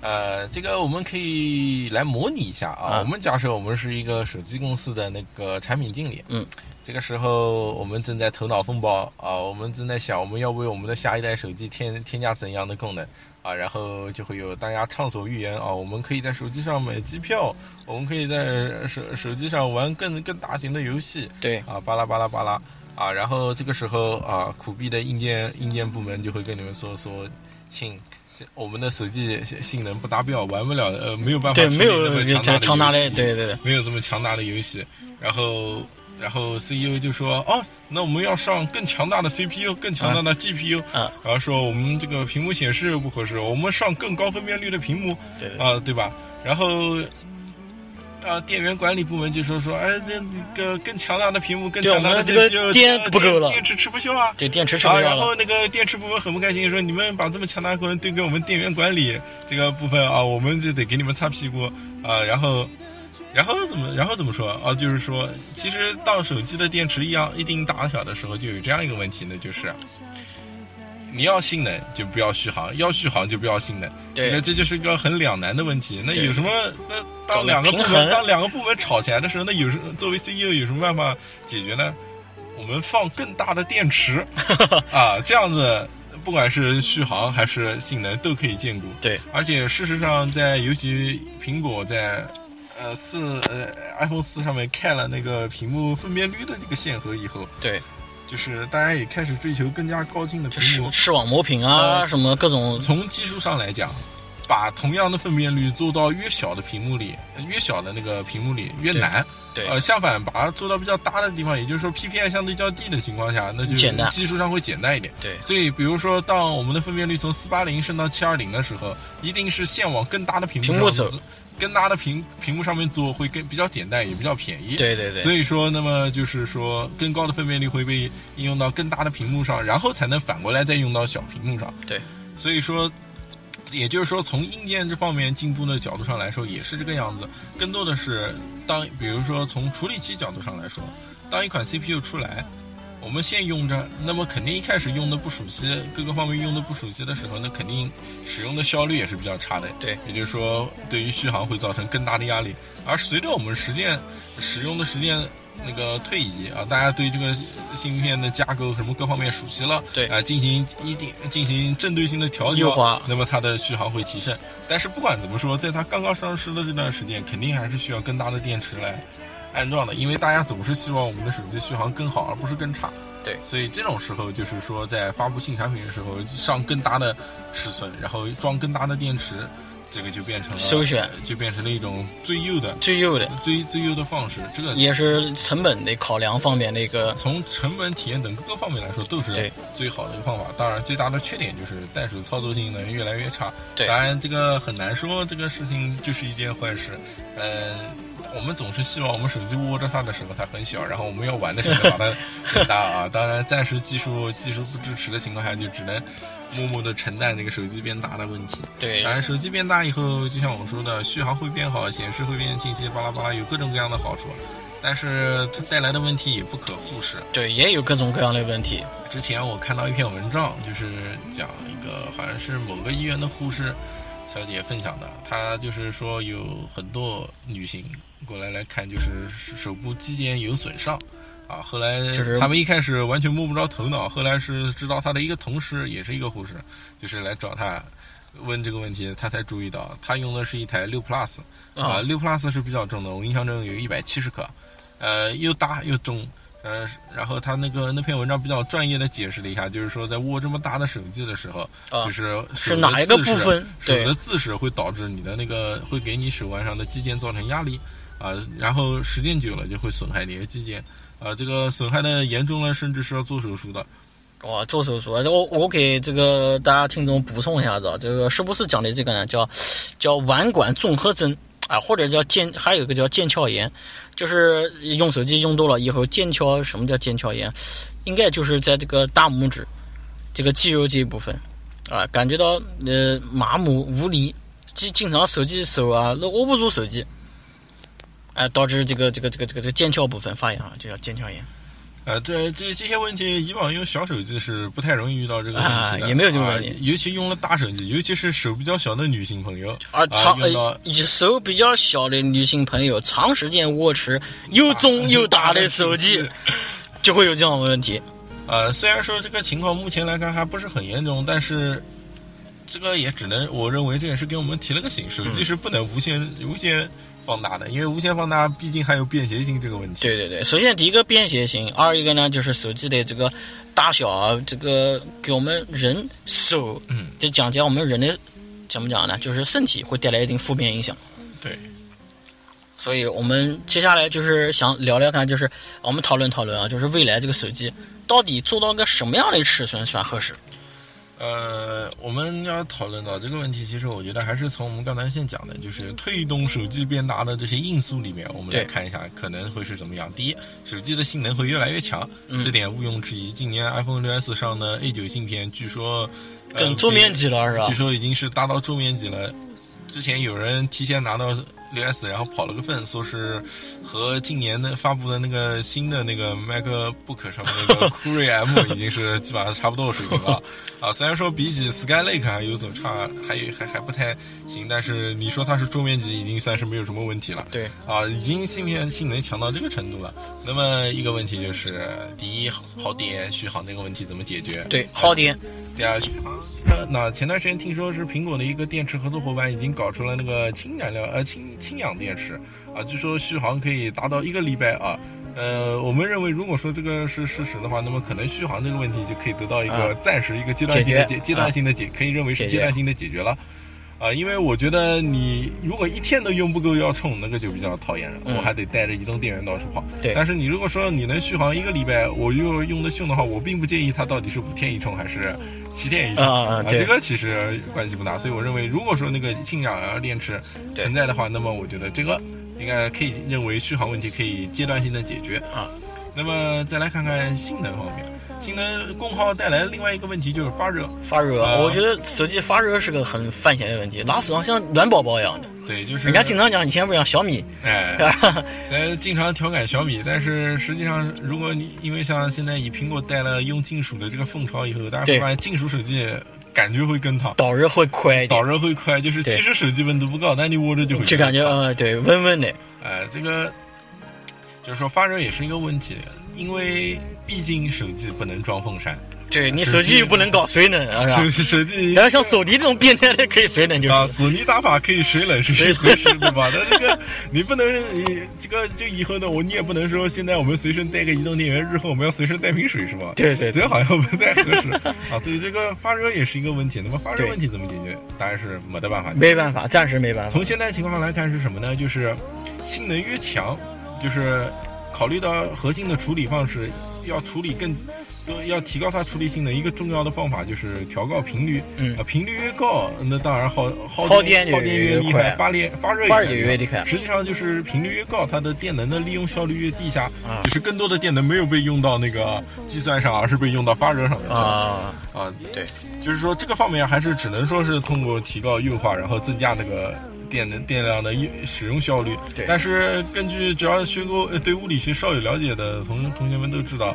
Speaker 2: 呃，这个我们可以来模拟一下啊。
Speaker 1: 啊
Speaker 2: 我们假设我们是一个手机公司的那个产品经理，
Speaker 1: 嗯，
Speaker 2: 这个时候我们正在头脑风暴啊，我们正在想我们要为我们的下一代手机添添加怎样的功能啊，然后就会有大家畅所欲言啊，我们可以在手机上买机票，我们可以在手手机上玩更更大型的游戏，
Speaker 1: 对
Speaker 2: 啊，巴拉巴拉巴拉啊，然后这个时候啊，苦逼的硬件硬件部门就会跟你们说说，请我们的手机性能不达标，玩不了，呃，没有办法
Speaker 1: 对，
Speaker 2: 处理
Speaker 1: 没
Speaker 2: 那
Speaker 1: 有
Speaker 2: 么
Speaker 1: 这个
Speaker 2: 强
Speaker 1: 强大
Speaker 2: 的游
Speaker 1: 的，
Speaker 2: 戏
Speaker 1: 对对对，
Speaker 2: 没有这么强大的游戏，然后。然后 CEO 就说：“哦，那我们要上更强大的 CPU，更强大的 GPU。
Speaker 1: 啊
Speaker 2: 然后说我们这个屏幕显示
Speaker 1: 啊
Speaker 2: 不合适，我们上更高分辨率的屏幕。
Speaker 1: 对对
Speaker 2: 啊、对吧？然后啊，电源管理部门就说说，哎，这个更强大的屏幕，更
Speaker 1: 对
Speaker 2: 强大
Speaker 1: 我
Speaker 2: 的
Speaker 1: 们这个
Speaker 2: CPU
Speaker 1: 电不够了
Speaker 2: 电池吃不消啊。
Speaker 1: 这电池吃不
Speaker 2: 啊，
Speaker 1: 消
Speaker 2: 然后
Speaker 1: 了。
Speaker 2: 那个电池部门很不开心，说你们把这么强大的功能推给我们电源管理这个部分啊，我们就得给你们擦屁股啊。然后，然后怎么，然后怎么说啊？就是说，其实到手机的电池一样一定大小的时候，就有这样一个问题呢，就是你要性能就不要续航，要续航就不要性能。那
Speaker 1: 对，
Speaker 2: 这就是个很两难的问题。那
Speaker 1: 对
Speaker 2: 有什么？那
Speaker 1: 找个
Speaker 2: 当两个部
Speaker 1: 平衡
Speaker 2: 门当两个部门吵起来的时候，那有什作为 CEO 有什么办法解决呢？我们放更大的 电池啊，这样子不管是续航还是性能都可以兼顾。
Speaker 1: 对，
Speaker 2: 而且事实上在，尤其苹果在呃四呃 iPhone 四上面开了那个屏幕分辨率的那个限额以后，
Speaker 1: 对，
Speaker 2: 就是大家也开始追求更加高清的
Speaker 1: 这
Speaker 2: 屏
Speaker 1: 视
Speaker 2: 幕。
Speaker 1: 视网膜屏啊，
Speaker 2: 呃
Speaker 1: 什么各种
Speaker 2: 从技术上来讲，把同样的分辨率做到越小的屏幕里，呃越小的那个屏幕里越难。
Speaker 1: 对
Speaker 2: 呃，相反，把它做到比较大的地方，也就是说 PPI 相对较低的情况下，那就
Speaker 1: 简单
Speaker 2: 技术上会简单一点。
Speaker 1: 对
Speaker 2: 所以，比如说，当我们的分辨率从四八零升到七二零的时候，一定是线往更大的屏幕
Speaker 1: 屏幕
Speaker 2: 上
Speaker 1: 走
Speaker 2: 做，更大的屏屏幕上面做会更比较简单，也比较便宜。
Speaker 1: 对对对，
Speaker 2: 所以说，那么就是说，更高的分辨率会被应用到更大的屏幕上，然后才能反过来再用到小屏幕上。
Speaker 1: 对，
Speaker 2: 所以说，也就是说，从硬件这方面进步的角度上来说，也是这个样子。更多的是当，比如说从处理器角度上来说，当一款 CPU 出来，我们现用着，那么肯定一开始用的不熟悉，各个方面用的不熟悉的时候，那肯定使用的效率也是比较差的。
Speaker 1: 对，
Speaker 2: 也就是说，对于续航会造成更大的压力。而随着我们实践使用的时间那个推移啊，大家对这个芯片的架构什么各方面熟悉了，
Speaker 1: 对
Speaker 2: 啊，进行一定进行针对性的调节
Speaker 1: 优化
Speaker 2: 那么它的续航会提升。但是不管怎么说，在它刚刚上市的这段时间，肯定还是需要更大的电池来安装的，因为大家总是希望我们的手机续航更好，而不是更差。
Speaker 1: 对
Speaker 2: 所以这种时候就是说，在发布新产品的时候，上更大的尺寸，然后装更大的电池，这个就变成了
Speaker 1: 首选，
Speaker 2: 就变成了一种最优的、
Speaker 1: 最优的
Speaker 2: 最最优的方式。这个
Speaker 1: 也是成本的考量方面的一个
Speaker 2: 从成本、体验等各个方面来说，都是
Speaker 1: 对
Speaker 2: 最好的一个方法。当然，最大的缺点就是带手操作性能越来越差。
Speaker 1: 对
Speaker 2: 当然这个很难说，这个事情就是一件坏事。嗯、我们总是希望我们手机握着它的时候它很小，然后我们要玩的时候把它很 大啊。当然，暂时技术技术不支持的情况下，就只能默默的承担这个手机变大的问题。
Speaker 1: 对
Speaker 2: 当然，手机变大以后，就像我说的，续航会变好，显示会变清晰，巴拉巴拉，有各种各样的好处。但是它带来的问题也不可忽视。
Speaker 1: 对，也有各种各样的问题。
Speaker 2: 之前我看到一篇文章，就是讲一个好像是某个医院的护士小姐分享的，她就是说有很多女性过来来看，就是手部肌腱有损伤。啊，后来
Speaker 1: 就是
Speaker 2: 他们一开始完全摸不着头脑，后来是知道她的一个同事也是一个护士，就是来找她问这个问题，她才注意到她用的是一台六 plus，啊，
Speaker 1: 啊
Speaker 2: 六 plus 是比较重的，我印象中有一百七十克，呃，又大又重，呃，然后他那个那篇文章比较专业的解释了一下，就是说在握这么大的手机的时候，
Speaker 1: 啊
Speaker 2: 就，是
Speaker 1: 是
Speaker 2: 手的
Speaker 1: 哪一个
Speaker 2: 姿势
Speaker 1: 部分
Speaker 2: 手
Speaker 1: 对
Speaker 2: 的姿势会导致你的那个会给你手腕上的肌腱造成压力啊、然后时间久了就会损害你的肌腱，啊、这个损害的严重了，甚至是要做手术的。
Speaker 1: 哇，做手术啊！我我给这个大家听众补充一下子啊，这个是不是讲的这个呢？叫叫腕管综合征啊，或者叫腱，还有一个叫腱鞘炎，就是用手机用多了以后，腱鞘什么叫腱鞘炎？应该就是在这个大拇指这个肌肉这一部分啊，感觉到呃麻木无力，经经常手机手啊那握不住手机，哎、导致这个这个这个这个这个腱鞘部分发炎了，就叫腱鞘炎。
Speaker 2: 呃，这这这些问题，以往用小手机是不太容易遇到这个问
Speaker 1: 啊
Speaker 2: 题的，
Speaker 1: 也没有这个问题
Speaker 2: 啊尤其用了大手机，尤其是手比较小的女性朋友啊
Speaker 1: 而长
Speaker 2: 用到
Speaker 1: 呃，手比较小的女性朋友，长时间握持又重又大的手机，就会有这样的问题。
Speaker 2: 呃，虽然说这个情况目前来看还不是很严重，但是这个也只能，我认为这也是给我们提了个醒，手
Speaker 1: 嗯
Speaker 2: 机是不能无限、无限放大的，因为无限放大毕竟还有便携性这个问题。
Speaker 1: 对对对，首先第一个便携性，二一个呢就是手机的这个大小啊，这个给我们人手，
Speaker 2: 嗯，
Speaker 1: 就讲讲我们人的怎么讲呢，就是身体会带来一定负面影响。
Speaker 2: 对，
Speaker 1: 所以我们接下来就是想聊聊看，就是我们讨论讨论啊，就是未来这个手机到底做到个什么样的尺寸算合适？
Speaker 2: 呃，我们要讨论到这个问题，其实我觉得还是从我们刚才先讲的，就是推动手机变大的这些因素里面，我们来
Speaker 1: 对
Speaker 2: 看一下可能会是怎么样。第一，手机的性能会越来越强，
Speaker 1: 嗯
Speaker 2: 这点毋庸置疑。今年 iPhone 6 S 上的 A 9芯片，据说呃
Speaker 1: 更桌面级了是吧
Speaker 2: 据？说已经是达到桌面级了。之前有人提前拿到6 S，然后跑了个份，说是和今年的发布的那个新的那个 MacBook 上面 那个酷睿 M 已经是基本上差不多的水平了。啊，虽然说比起 Skylake 还有所差，还有还还不太行，但是你说它是桌面级，已经算是没有什么问题了。
Speaker 1: 对，
Speaker 2: 啊，已经芯片性能强到这个程度了。那么一个问题就是，第一，耗电续航这个问题怎么解决？
Speaker 1: 对，耗电，
Speaker 2: 对啊，续航。那那前段时间听说是苹果的一个电池合作伙伴已经搞出了那个氢燃料呃氢氢氧电池啊，据说续航可以达到一个礼拜啊。呃，我们认为，如果说这个是事实的话，那么可能续航这个问题就可以得到一个
Speaker 1: 啊
Speaker 2: 暂时一个阶段性的
Speaker 1: 解
Speaker 2: 解
Speaker 1: 决啊
Speaker 2: 阶段性的解，可以认为是
Speaker 1: 解决
Speaker 2: 阶段性的解决了。啊，因为我觉得你如果一天都用不够要充，那个就比较讨厌了，
Speaker 1: 嗯
Speaker 2: 我还得带着移动电源到处跑。
Speaker 1: 对
Speaker 2: 但是你如果说你能续航一个礼拜，我又用得凶的话，我并不建议它到底是五天一充还是七天一充
Speaker 1: 啊啊对
Speaker 2: 这个其实关系不大。所以我认为，如果说那个氢氧儿电池
Speaker 1: 对
Speaker 2: 存在的话，那么我觉得这个应该可以认为续航问题可以阶段性的解决
Speaker 1: 啊。
Speaker 2: 那么再来看看性能方面，性能功耗带来的另外一个问题就是发热，
Speaker 1: 发热，
Speaker 2: 啊
Speaker 1: 我觉得手机发热是个很犯险的问题，拿手上像暖宝宝一样的。
Speaker 2: 对，就是
Speaker 1: 人家经常讲，以前不是讲小米，
Speaker 2: 哎，咱经常调侃小米，但是实际上，如果你因为像现在以苹果带了用金属的这个风潮以后，大家
Speaker 1: 对
Speaker 2: 会发现金属手机感觉会更烫，
Speaker 1: 导热会快一
Speaker 2: 导
Speaker 1: 点，
Speaker 2: 热会快，就是
Speaker 1: 对
Speaker 2: 其实手机温度不高，但你握着就会
Speaker 1: 就感觉
Speaker 2: 烫
Speaker 1: 呃对温温的，
Speaker 2: 哎，这个就是说发热也是一个问题，因为毕竟手机不能装风扇，
Speaker 1: 对你
Speaker 2: 手
Speaker 1: 手机
Speaker 2: 机
Speaker 1: 又不能搞水冷，啊是吧
Speaker 2: 手？机手机
Speaker 1: 然后像索尼这种变态的可以水冷就
Speaker 2: 啊，
Speaker 1: 是，
Speaker 2: 索尼打法可以水冷是一回事，对吧？那这个你不能，你这个就以后呢，我你也不能说现在我们随身带个移动电源，日后我们要随身带瓶水，是吧？
Speaker 1: 对 对
Speaker 2: 这
Speaker 1: 对，
Speaker 2: 好像不太合适啊，所以这个发热也是一个问题。那么发热
Speaker 1: 对
Speaker 2: 问题怎么解决？当然是没得办法。
Speaker 1: 没办法，暂时没办法
Speaker 2: 从。现在情况来看是什么呢？就是性能越强，就是考虑到核心的处理方式，要处理更，呃要提高它处理性能，一个重要的方法就是调高频率。
Speaker 1: 嗯
Speaker 2: 啊，频率越高，那当然耗耗
Speaker 1: 耗
Speaker 2: 电
Speaker 1: 电
Speaker 2: 耗
Speaker 1: 就
Speaker 2: 电
Speaker 1: 越
Speaker 2: 越厉
Speaker 1: 快
Speaker 2: 害，发电发热
Speaker 1: 发热
Speaker 2: 厉
Speaker 1: 也
Speaker 2: 害
Speaker 1: 越厉害
Speaker 2: 实际上就是频率越高，它的电能的利用效率越低下，
Speaker 1: 啊
Speaker 2: 就是更多的电能没有被用到那个计算上，而是被用到发热上面去了
Speaker 1: 啊，
Speaker 2: 啊，
Speaker 1: 对，
Speaker 2: 就是说这个方面还是只能说是通过提高优化，然后增加那个电能电量的用使用效率。
Speaker 1: 对
Speaker 2: 但是根据只要学过呃对物理学稍有了解的同同学们都知道，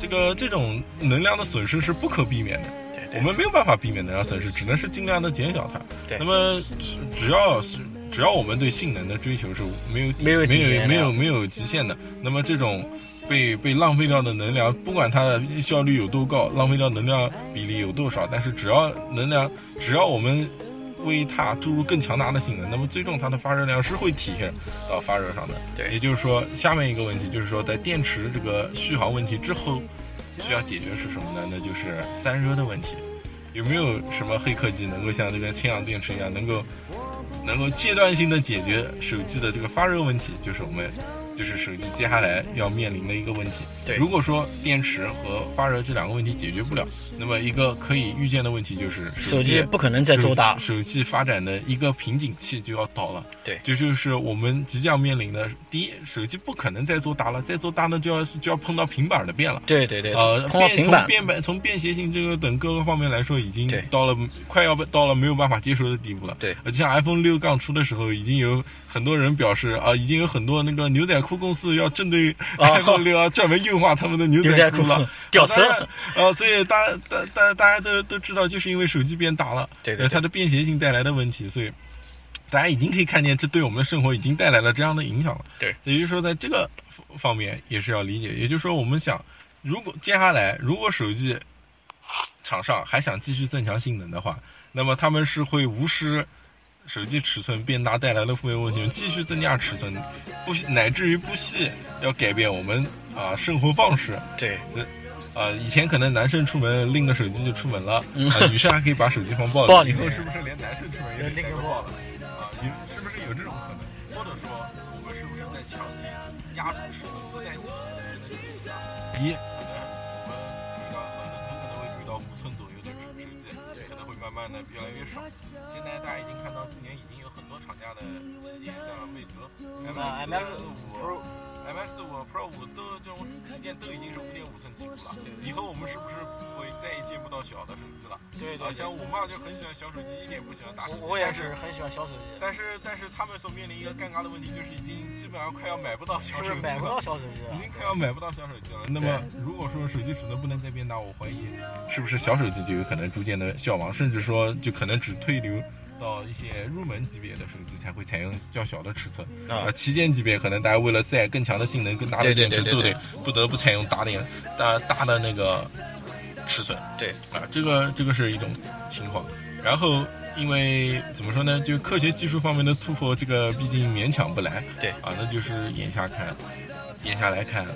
Speaker 2: 这个这种能量的损失是不可避免的。我们没有办法避免能量损失，只能是尽量的减小它。
Speaker 1: 对
Speaker 2: 那么只只要是只要我们对性能的追求是没有
Speaker 1: 没有
Speaker 2: 没
Speaker 1: 极限
Speaker 2: 有
Speaker 1: 的
Speaker 2: 没有没有极限的，那么这种被被浪费掉的能量，不管它的效率有多高，浪费掉能量比例有多少，但是只要能量，只要我们为它注入更强大的性能，那么最终它的发热量是会体现到发热上的。
Speaker 1: 对
Speaker 2: 也就是说，下面一个问题就是说，在电池这个续航问题之后，需要解决是什么呢？那就是散热的问题。有没有什么黑科技能够像这个氢氧电池一样，能够能够阶段性的解决手机的这个发热问题？就是我们就是手机接下来要面临的一个问题。
Speaker 1: 对
Speaker 2: 如果说电池和发热这两个问题解决不了，那么一个可以预见的问题就是
Speaker 1: 手
Speaker 2: 机
Speaker 1: 机不可能再做大，
Speaker 2: 手机发展的一个瓶颈期就要到了。
Speaker 1: 对
Speaker 2: 这就是我们即将面临的。第一，手机不可能再做大了，再做大那就要就要碰到平板儿的变了。
Speaker 1: 对对对，
Speaker 2: 呃，
Speaker 1: 通过
Speaker 2: 变
Speaker 1: 平板
Speaker 2: 从，变板从便携性这个等各个方面来说，已经
Speaker 1: 对
Speaker 2: 到了快要到了没有办法接受的地步了。
Speaker 1: 对
Speaker 2: 呃，就像 iPhone 六刚出的时候，已经有很多人表示啊、已经有很多那个牛仔裤公司要针对
Speaker 1: 啊
Speaker 2: iPhone 六啊，专门优化他们的牛
Speaker 1: 牛仔
Speaker 2: 裤
Speaker 1: 裤
Speaker 2: 了。
Speaker 1: 屌丝
Speaker 2: 当，然呃，所以大家大大大家都都知道，就是因为手机变大了，
Speaker 1: 对对
Speaker 2: 呃
Speaker 1: 对
Speaker 2: 它的便携性带来的问题，所以大家已经可以看见，这对我们的生活已经带来了这样的影响了。
Speaker 1: 对，
Speaker 2: 也就是说，在这个方面也是要理解。也就是说，我们想，如果接下来如果手机厂商还想继续增强性能的话，那么他们是会无视。手机尺寸变大带来的负面问题，继续增加尺寸，不惜乃至于不惜要改变我们啊、生活方式，
Speaker 1: 对
Speaker 2: 啊，以前可能男生出门拎个手机就出门了，
Speaker 1: 嗯
Speaker 2: 啊，女生还可以把手机放包里，
Speaker 1: 包里
Speaker 2: 以后
Speaker 1: 面
Speaker 2: 是不是连男生出门也拎个包了？啊，有是不是有这种可能？或者说，我们是不是在强行压制手机不在你手机的一，可能我们遇到很可能会遇到五寸左右的手机，慢慢的越来越少。现在大家已经看到，今年已经有很多厂家的旗舰在往位置
Speaker 1: 啊
Speaker 4: 那
Speaker 2: m
Speaker 4: MX
Speaker 2: s 五
Speaker 4: 不。
Speaker 2: MS 五、Pro 五都这种旗舰都已经是五点五寸级数了，以后我们是不是会再也见不到小的手机了？
Speaker 4: 对对
Speaker 2: 啊，像我妈就很喜欢小手机，一点不喜欢大手机。
Speaker 4: 我我也
Speaker 2: 但
Speaker 4: 是很喜欢小手机，
Speaker 2: 但是但是他们所面临一个尴尬的问题，就是已经基本上快要买不到小
Speaker 4: 就是
Speaker 2: 手机
Speaker 4: 买不到
Speaker 2: 了，
Speaker 4: 小手机啊
Speaker 2: 已经
Speaker 4: 了。
Speaker 2: 快要买不到小手机了。那么如果说手机尺寸不能再变大，我怀疑是不是小手机就有可能逐渐的消亡，甚至说就可能只退流。到一些入门级别的手机才会采用较小的尺寸
Speaker 1: 啊
Speaker 2: 呃旗舰级别可能大家为了赛更强的性能、更大的
Speaker 1: 对对
Speaker 2: 电池，
Speaker 1: 对
Speaker 2: 都
Speaker 1: 对
Speaker 2: 得不得不采用大点、大大的那个尺寸。
Speaker 1: 对，
Speaker 2: 啊，这个这个是一种情况。然后因为怎么说呢，就科学技术方面的突破，这个毕竟勉强不来。
Speaker 1: 对
Speaker 2: 啊，那就是眼下看，眼下来看，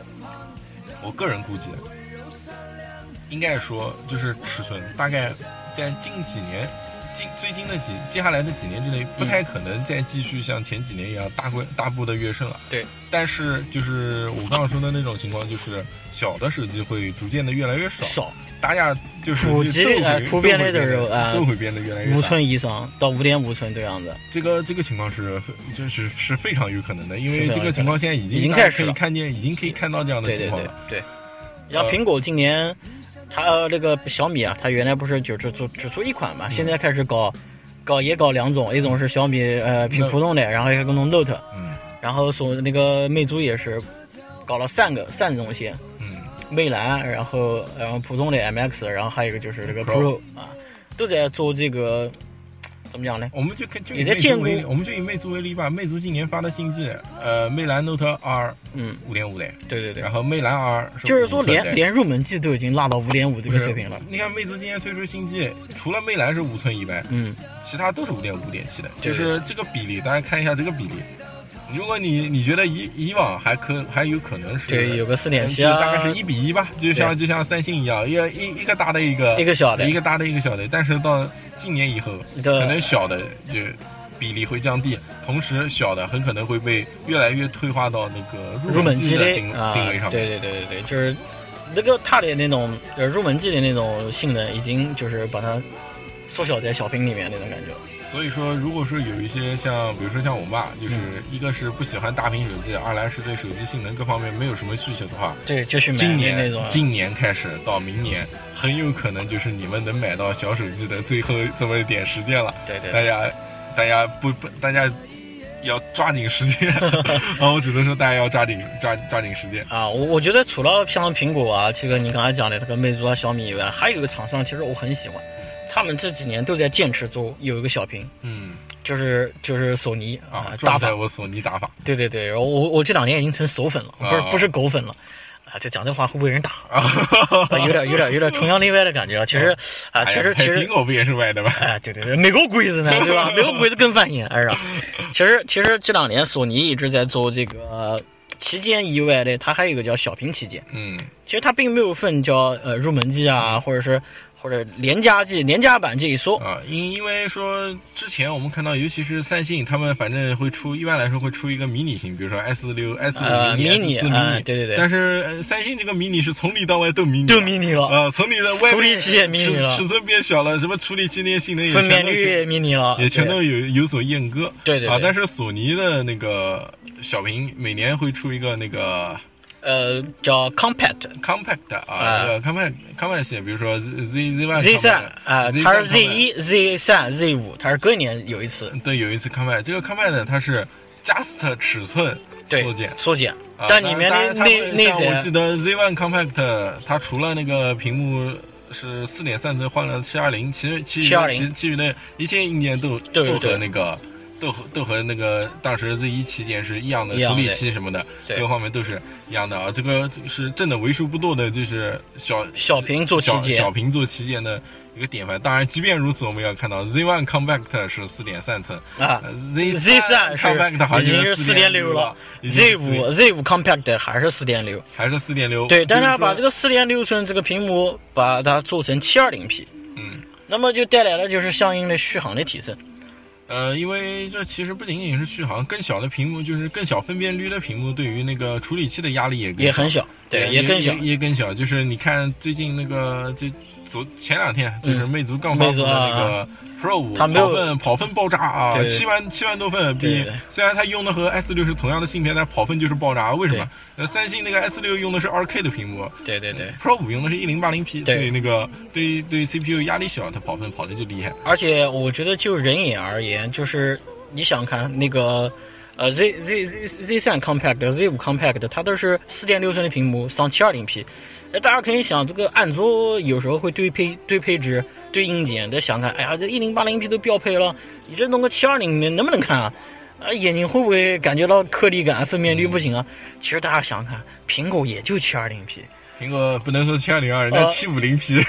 Speaker 2: 我个人估计，应该说就是尺寸大概在近几年。近最近的几接下来的几年之内，不太可能再继续像前几年一样大规大步的跃升了。
Speaker 1: 对，
Speaker 2: 但是就是我刚刚说的那种情况，就是小的手机会逐渐的越来越少，
Speaker 1: 少
Speaker 2: 大家就是
Speaker 1: 普及
Speaker 2: 都会
Speaker 1: 呃普遍率的时候
Speaker 2: 都会变得
Speaker 1: 呃
Speaker 2: 都会变得越来越
Speaker 1: 五
Speaker 2: 大
Speaker 1: 寸以上到五点五寸这样子。
Speaker 2: 这个这个情况是非就是是非常有可能的，因
Speaker 1: 是
Speaker 2: 为
Speaker 1: 非常
Speaker 2: 这个情况现在已经
Speaker 1: 已经
Speaker 2: 大家
Speaker 1: 开始
Speaker 2: 可以
Speaker 1: 了
Speaker 2: 看见，已经可以看到这样的
Speaker 1: 对
Speaker 2: 情
Speaker 1: 对
Speaker 2: 况
Speaker 1: 对
Speaker 2: 了。
Speaker 1: 对，像呃苹果今年，它呃这个小米啊，它原来不是就只出只出一
Speaker 2: 嗯
Speaker 1: 款嘛，现在开始搞，搞也搞两种，一种是小米呃
Speaker 2: 那
Speaker 1: 挺普通的，然后一个弄 Note，
Speaker 2: 嗯
Speaker 1: 然后所那个魅族也是搞了三个三种线，
Speaker 2: 嗯，
Speaker 1: 魅蓝，然后然后普通的 MX，然后还有一个就是这个
Speaker 2: Pro
Speaker 1: Pro 啊，都在做这个怎么讲呢？
Speaker 2: 我们就看就以
Speaker 1: 你在
Speaker 2: 魅族
Speaker 1: 建
Speaker 2: 为例，
Speaker 1: 构
Speaker 2: 我们就以魅族为例吧。魅族今年发的新机，呃，魅蓝 Note 2
Speaker 1: 嗯，
Speaker 2: 五点五的，
Speaker 1: 对对对
Speaker 2: 然，后魅蓝 R
Speaker 1: 就是说
Speaker 2: 5寸的
Speaker 1: 连连入门级都已经拉到五点五这
Speaker 2: 嗯不
Speaker 1: 个
Speaker 2: 是
Speaker 1: 水平了。
Speaker 2: 你看魅族今年推出新机，除了魅蓝是五寸以外，
Speaker 1: 嗯，
Speaker 2: 其他都是五点五点七的，
Speaker 1: 对
Speaker 2: 就是这个比例，大家看一下这个比例。如果你你觉得以以往还可还有可能是
Speaker 1: 对，有个四点
Speaker 2: 就
Speaker 1: 七啊，
Speaker 2: 大概是一比一吧，就像就像三星一样，一个一一个大的一个
Speaker 1: 一个小的
Speaker 2: 一个大的一个小的，但是到今年以后，
Speaker 1: 的
Speaker 2: 可能小的就比例会降低，同时小的很可能会被越来越退化到那个
Speaker 1: 入门
Speaker 2: 机
Speaker 1: 级
Speaker 2: 的
Speaker 1: 的
Speaker 2: 定
Speaker 1: 啊，
Speaker 2: 定位上面。
Speaker 1: 对对对对对，就是那个它的那种呃入门级的那种性能，已经就是把它缩小在小屏里面那种感觉。
Speaker 2: 所以说，如果说有一些像，比如说像我爸，就是一个是不喜欢大屏手机，二来是对手机性能各方面没有什么需求的话，
Speaker 1: 对，就是买
Speaker 2: 今
Speaker 1: 那
Speaker 2: 年
Speaker 1: 种啊
Speaker 2: 今年开始到明年，很有可能就是你们能买到小手机的最后这么一点时间了。
Speaker 1: 对对
Speaker 2: 大
Speaker 1: 对
Speaker 2: 家大家不不，大家要抓紧时 间。啊，我只能说大家要抓紧抓抓紧时间。
Speaker 1: 啊，我我觉得除了像苹果啊，这个你刚才讲的这个魅族啊、小米以外，还有一个厂商其实我很喜欢，他们这几年都在坚持做有一个小屏，
Speaker 2: 嗯
Speaker 1: 就是就是索尼
Speaker 2: 啊，
Speaker 1: 大
Speaker 2: 壮
Speaker 1: 法
Speaker 2: 在我索尼打法
Speaker 1: 对对对，我我我这两年已经成手粉了，不是
Speaker 2: 啊
Speaker 1: 不是狗粉了，啊，这讲这话会不会有人 打？
Speaker 2: 啊，
Speaker 1: 啊有点有点有点崇洋媚外的感觉啊。其实啊，
Speaker 2: 哎
Speaker 1: 其
Speaker 2: 呀
Speaker 1: 实其
Speaker 2: 苹
Speaker 1: 实。
Speaker 2: 果不也是歪的 吗？
Speaker 1: 哎，对对对，美国鬼子呢，对吧？美国鬼子更犯眼，是吧？其实其实这两年索尼一直在做这个、呃旗舰以外的，它还有一个叫小屏旗舰。
Speaker 2: 嗯，
Speaker 1: 其实它并没有分叫呃入门级啊，或者是或者廉价机、廉价版这一说。
Speaker 2: 啊，因因为说之前我们看到，尤其是三星，他们反正会出，一般来说会出一个迷你型，比如说 S 六、S 五
Speaker 1: 呃
Speaker 2: 迷
Speaker 1: 迷
Speaker 2: 你、
Speaker 1: 你
Speaker 2: S 四迷
Speaker 1: 哎
Speaker 2: 你，
Speaker 1: 对对对
Speaker 2: 但是呃三星这个迷你是从里到外都迷你，
Speaker 1: 都迷你了
Speaker 2: 啊，从里的外
Speaker 1: 处理器也迷你了
Speaker 2: 尺尺寸变小了，什么处理器那些性能也
Speaker 1: 分辨
Speaker 2: 全都
Speaker 1: 率
Speaker 2: 是
Speaker 1: 也迷你了，
Speaker 2: 也全
Speaker 1: 对
Speaker 2: 都有有所阉割。
Speaker 1: 对对
Speaker 2: 啊，
Speaker 1: 对
Speaker 2: 但是索尼的那个小屏每年会出一个那个
Speaker 1: 呃叫 compact
Speaker 2: compact 啊，
Speaker 1: 啊
Speaker 2: 那个 compact compact 系列，比如说 Z Z Y
Speaker 1: Z 三啊，它是 Z
Speaker 2: Z 一。
Speaker 1: 一、Z 三、Z 五，它是隔年有一次
Speaker 2: 对，有一次 compact，这个 compact 呢它是 just 尺寸
Speaker 1: 对
Speaker 2: 缩减。
Speaker 1: 缩减
Speaker 2: 啊，
Speaker 1: 但里面的
Speaker 2: 当然
Speaker 1: 内内
Speaker 2: 它像我
Speaker 1: 在
Speaker 2: 记得 Z1 Compact 它除了那个屏幕是四点三寸换了七二零，其实其余的
Speaker 1: 720
Speaker 2: 其其余的一切硬件都
Speaker 1: 对
Speaker 2: 都和
Speaker 1: 对
Speaker 2: 那个都和都和那个当时 Z1 旗舰是一样的
Speaker 1: 一样
Speaker 2: 处
Speaker 1: 的
Speaker 2: 理器什么的，
Speaker 1: 对
Speaker 2: 各方面都是一样的啊。这个是真的为数不多的，就是小
Speaker 1: 小屏做旗
Speaker 2: 小
Speaker 1: 舰
Speaker 2: 小，屏做旗舰的一个典范。当然，即便如此，我们要看到 Z1 Compact 是四点三寸呃
Speaker 1: 啊
Speaker 2: ，Z
Speaker 1: Z
Speaker 2: 三
Speaker 1: 三
Speaker 2: Compact 好像
Speaker 1: 已经是
Speaker 2: 四
Speaker 1: 4.6
Speaker 2: 六
Speaker 1: 了
Speaker 2: 已经
Speaker 1: ，Z
Speaker 2: 是
Speaker 1: 五 Z 五 compact 还是四点六，
Speaker 2: 还是四点六。
Speaker 1: 对，但是它把这
Speaker 2: 个
Speaker 1: 个四点六寸这个屏幕把它做成七二零 P，
Speaker 2: 嗯。
Speaker 1: 那么就带来了就是相应的续航的提升，
Speaker 2: 呃，因为这其实不仅仅是续航，更小的屏幕就是更小分辨率的屏幕，对于那个处理器的压力也更
Speaker 1: 也很
Speaker 2: 小。
Speaker 1: 小，对，也更小
Speaker 2: 也。也更小。就是你看最近那个，就昨前两天
Speaker 1: 嗯
Speaker 2: 就是魅族刚发布的那个 Pro 五、
Speaker 1: 啊它没有
Speaker 2: 跑分跑分爆炸啊，
Speaker 1: 对
Speaker 2: 七万七万多分，
Speaker 1: 对
Speaker 2: 比
Speaker 1: 对
Speaker 2: 虽然它用的和 S 六是同样的芯片，但跑分就是爆炸。为什么
Speaker 1: 对？
Speaker 2: 呃，三星那个 S 六用的是 2K 的屏幕
Speaker 1: 对对对，
Speaker 2: ，Pro 五用的是一零八零 P，所
Speaker 1: 对
Speaker 2: 以那个对于对于 CPU 压力小，它跑分跑的就厉害。
Speaker 1: 而且我觉得就人眼而言，就是你想看那个。呃，Z Z Z Z 三 Compact、Z 五 Compact，它都是四点六寸的屏幕，上七二零 P。哎，大家可以想，这个安卓有时候会对配对配置、对硬件在想看，哎呀，这一零八零 P 都标配了，你这弄个七二零能不能看啊？啊，眼睛会不会感觉到颗粒感、分辨率不行啊？其实大家想想看，苹果也就七二零 P，
Speaker 2: 苹果不能说七二零二，人家
Speaker 1: 呃
Speaker 2: 七五 零 P。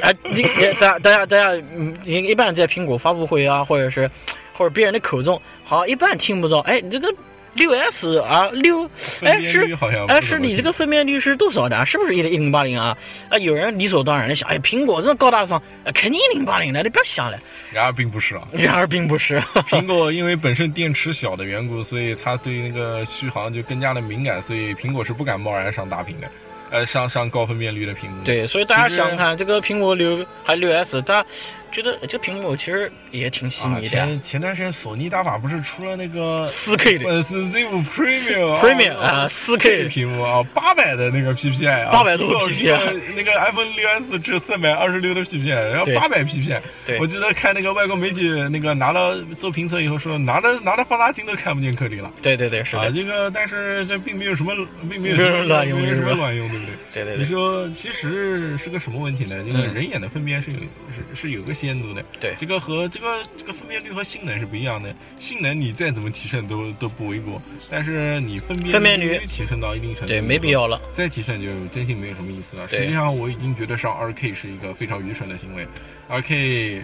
Speaker 1: 哎， 你也大家大家大家，嗯，一般在苹果发布会啊，或者是或者别人的口中，好像一般听不到。哎，你这个六 S 啊，六哎
Speaker 2: 分辨率
Speaker 1: 是
Speaker 2: 好像不
Speaker 1: 哎
Speaker 2: 怎
Speaker 1: 是
Speaker 2: 么
Speaker 1: 你
Speaker 2: 行
Speaker 1: 这个分辨率是多少的啊？是不是一零一零八零啊？啊，有人理所当然的想，哎，苹果这高大上，哎肯定一零八零的，你不要想了。
Speaker 2: 然而并不是啊。
Speaker 1: 然而并不 是，
Speaker 2: 苹果因为本身电池小的缘故，所以它对那个续航就更加的敏感，所以苹果是不敢贸然上大屏的，呃，上上高分辨率的屏幕。，啊
Speaker 1: 对，所以大家
Speaker 2: 其实
Speaker 1: 想想看，这个苹果六还有六 S，大家觉得这个苹果其实也挺细
Speaker 2: 啊，
Speaker 1: 腻的呀，啊
Speaker 2: 前前段时间索尼大法不是出了那个
Speaker 1: 四 K 的
Speaker 2: 呃是 Z 五 Premium
Speaker 1: Premium 啊，四 K 的
Speaker 2: 屏幕啊，八百的那个 PPI 啊，
Speaker 1: 800多
Speaker 2: 苹果
Speaker 1: PPI
Speaker 2: 苹果那个 iPhone 六 S 是三百二十六的 PPI，然后
Speaker 1: 对
Speaker 2: 八百 PPI。
Speaker 1: 对
Speaker 2: 我记得看那个外国媒体那个拿到做评测以后说，拿着拿着放大镜都看不见颗粒了。
Speaker 1: 对对对，是
Speaker 2: 啊，
Speaker 1: 的，
Speaker 2: 这个但是这并没有什么，并没有
Speaker 1: 没有卵用
Speaker 2: 没有什
Speaker 1: 是
Speaker 2: 么
Speaker 1: 吧
Speaker 2: 卵用，对不对？
Speaker 1: 对对
Speaker 2: 你
Speaker 1: 对
Speaker 2: 说其实是个什么问题呢？这个
Speaker 1: 嗯
Speaker 2: 人眼的分辨是有是是有个限度的，
Speaker 1: 对
Speaker 2: 这个和这个这个分辨率和性能是不一样的，性能你再怎么提升都都不为过，但是你分辨
Speaker 1: 分辨率
Speaker 2: 提升到一定程度，
Speaker 1: 对，没必，要了。
Speaker 2: 再提升就真心没有什么意思了。
Speaker 1: 对
Speaker 2: 实际上我已经觉得上二 K 是一个非常愚蠢的行为，二 K